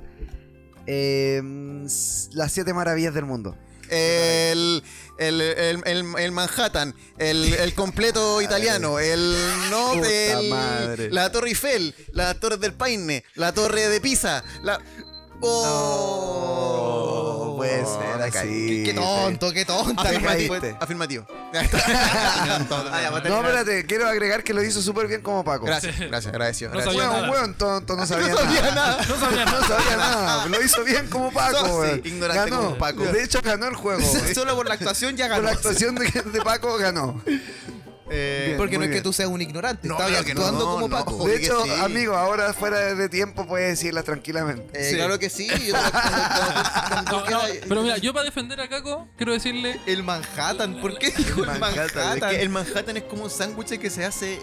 eh, s- las 7 maravillas del mundo. El, el, el, el, el Manhattan, el, el completo italiano, el no Puta el- madre. la Torre Eiffel, la Torre del Paine, la Torre de Pisa, la. ¡Oh! No puede ser la caí. así. Qué tonto, qué Ah, tonta. Afirma- Caco. Afirmativo. caíste. Afirmativo. Ah, No, espérate, quiero agregar que lo hizo súper bien como Paco. Gracias, gracias, agradecido. No agradecido. sabía Weón, nada. weón, tonto, no sabía, No sabía nada. nada. No sabía nada. No sabía nada. Lo hizo bien como Paco, Sos, sí, weón. ignorante Ganó. como Paco. De hecho, ganó el juego. weón. Solo por la actuación ya Con ganó. la actuación de, de Paco ganó. Eh, Bien, Porque no muy es que bien. tú seas un ignorante. No, Estabas claro que no, actuando como no. Paco. De Oye, que hecho, sí. amigo, ahora fuera de tiempo puedes decirla tranquilamente. eh, Sí. Claro que sí. yo- cuando- No, cuando- no, cuando- pero mira, yo para defender a Caco, quiero decirle. El Manhattan. ¿Por qué dijo el Manhattan. Es Manhattan? que el Manhattan es como un sándwich que se hace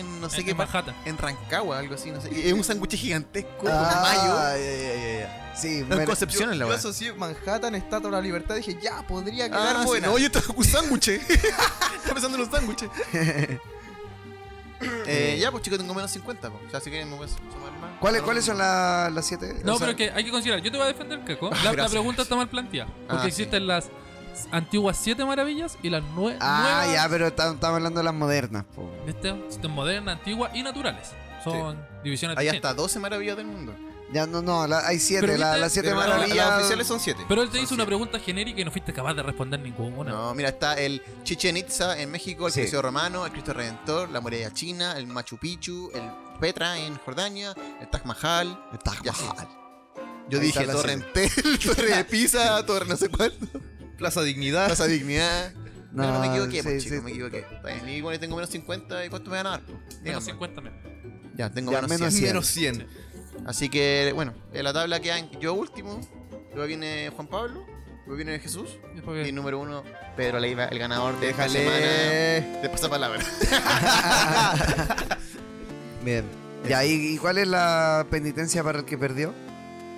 en no sé En- qué en pa- Manhattan. en Rancagua, algo así, no sé. Y Es un sándwich gigantesco Ah, con mayo. ya, ya, ya, ya. Sí, No, en bueno, Concepción Yo, en la yo wea. asocié Manhattan, Estatua de la Libertad. Dije, ya, podría quedar Ah, sí, buena. no, yo estaba con un sándwich. estaba pensando en los sándwiches. eh, ya, pues chicos, tengo menos 50. pues. O sea, si quieren me voy a sumar más. ¿Cuáles, Ahora ¿Cuáles son la- las siete? No, O sea, pero que hay que considerar. Yo te voy a defender, Caco. La- La, Gracias. pregunta está mal planteada. Porque Ah, existen las antiguas siete maravillas y las nue Ah, nuevas. ya, pero tam- estamos hablando de las modernas, po. ¿Viste? Existen modernas, antiguas y naturales. Son divisiones Hay distintas. hasta 12 maravillas del mundo. Ya, no, no, la- hay siete, Pero la- viste, las siete pero la- maravillas. Las oficiales son siete. Pero él te hizo una pregunta genérica y no fuiste capaz de responder ninguna. No, mira, está el Chichen Itza en México, el Sí. Coliseo Romano, el Cristo Redentor, la Muralla China, el Machu Picchu, el Petra en Jordania, el Taj Mahal. El Taj Mahal. Yo Ahí dije está la Torre Entel, Torre de Pisa, Torre no sé cuál, Plaza Dignidad. Plaza Dignidad. No, no me equivoqué, pues, sí, chicos, sí. me equivoqué. Está bien, y bueno, tengo menos 50, ¿y cuánto me van a dar? pues? Menos Díganme. 50 menos. Ya, tengo Ya, menos, menos 100. Menos 100. Así que, bueno, en la tabla quedan yo último, luego viene Juan Pablo, luego viene Jesús, y número uno, Pedro Leiva, el ganador de esta semana. Déjale. De pasapalabra. Bien. Ya, ¿y, y cuál es la penitencia para el que perdió?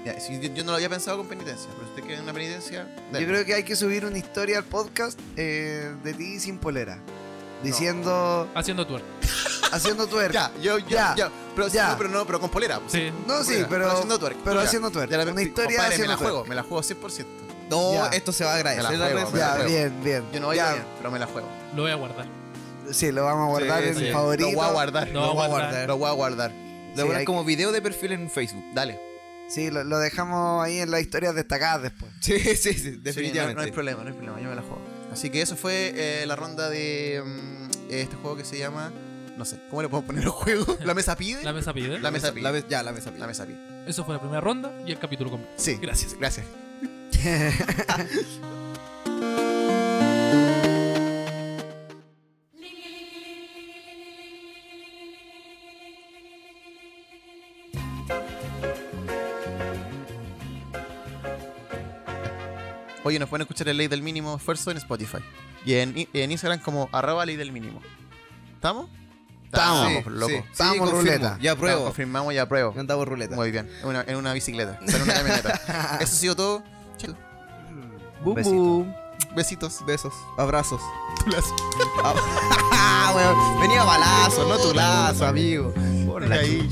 Ya, sí, yo, yo no lo había pensado con penitencia, pero si usted quiere una penitencia. dale. Yo creo que hay que subir una historia al podcast eh, de ti sin polera. Diciendo, Haciendo twerk. haciendo tuerca. Ya, yo, yo, Ya. ya. Pero, sí, Ya. no, pero no, pero con polera. pues. Sí. No, sí, Polera, pero, haciendo tuerca. pero Ya. haciendo tuerca. Ya la- Una historia compadre, haciendo me la tuerca. juego, me la juego 100%. No, Ya. esto se va a agradecer. Me la en juego, red me social. la Ya, juego. bien, bien. Yo no voy ya, a ir, pero me la juego. Lo voy a guardar. Sí, lo vamos a guardar Sí, en sí. favorito. Lo voy a guardar. Lo voy a guardar. Lo voy a guardar. Lo Sí, pones hay- como video de perfil en Facebook. Dale. Sí, lo, lo dejamos ahí en las historias destacadas después. Sí, sí, sí, Sí, no, no definitivamente. hay problema, no hay problema, yo me la juego. Así que eso fue eh, la ronda de mm, este juego que se llama. No sé, ¿cómo le podemos poner al juego? ¿La mesa pide? La mesa pide. La mesa La pide. mes- ya, la mesa. La mesa pide. Eso fue la primera ronda y el capítulo completo. Sí. Gracias. Gracias. Oye, nos pueden escuchar en Ley del Mínimo Esfuerzo en Spotify. Y en, i- en Instagram como arroba Ley del Mínimo. ¿Estamos? Ah, Estamos, Sí, loco. Sí, Estamos confirmo. ruleta. Ya Ya, pruebo. Confirmamos y apruebo. Andamos ruleta. Muy bien. En una, en una bicicleta. O sea, en una camioneta. Eso ha sido todo. Chao. Bum, Besito. bum. Besitos. Besos. Abrazos. Tulazo. Ah, weón. Venía balazo, no tu lazo, amigo. Por ahí.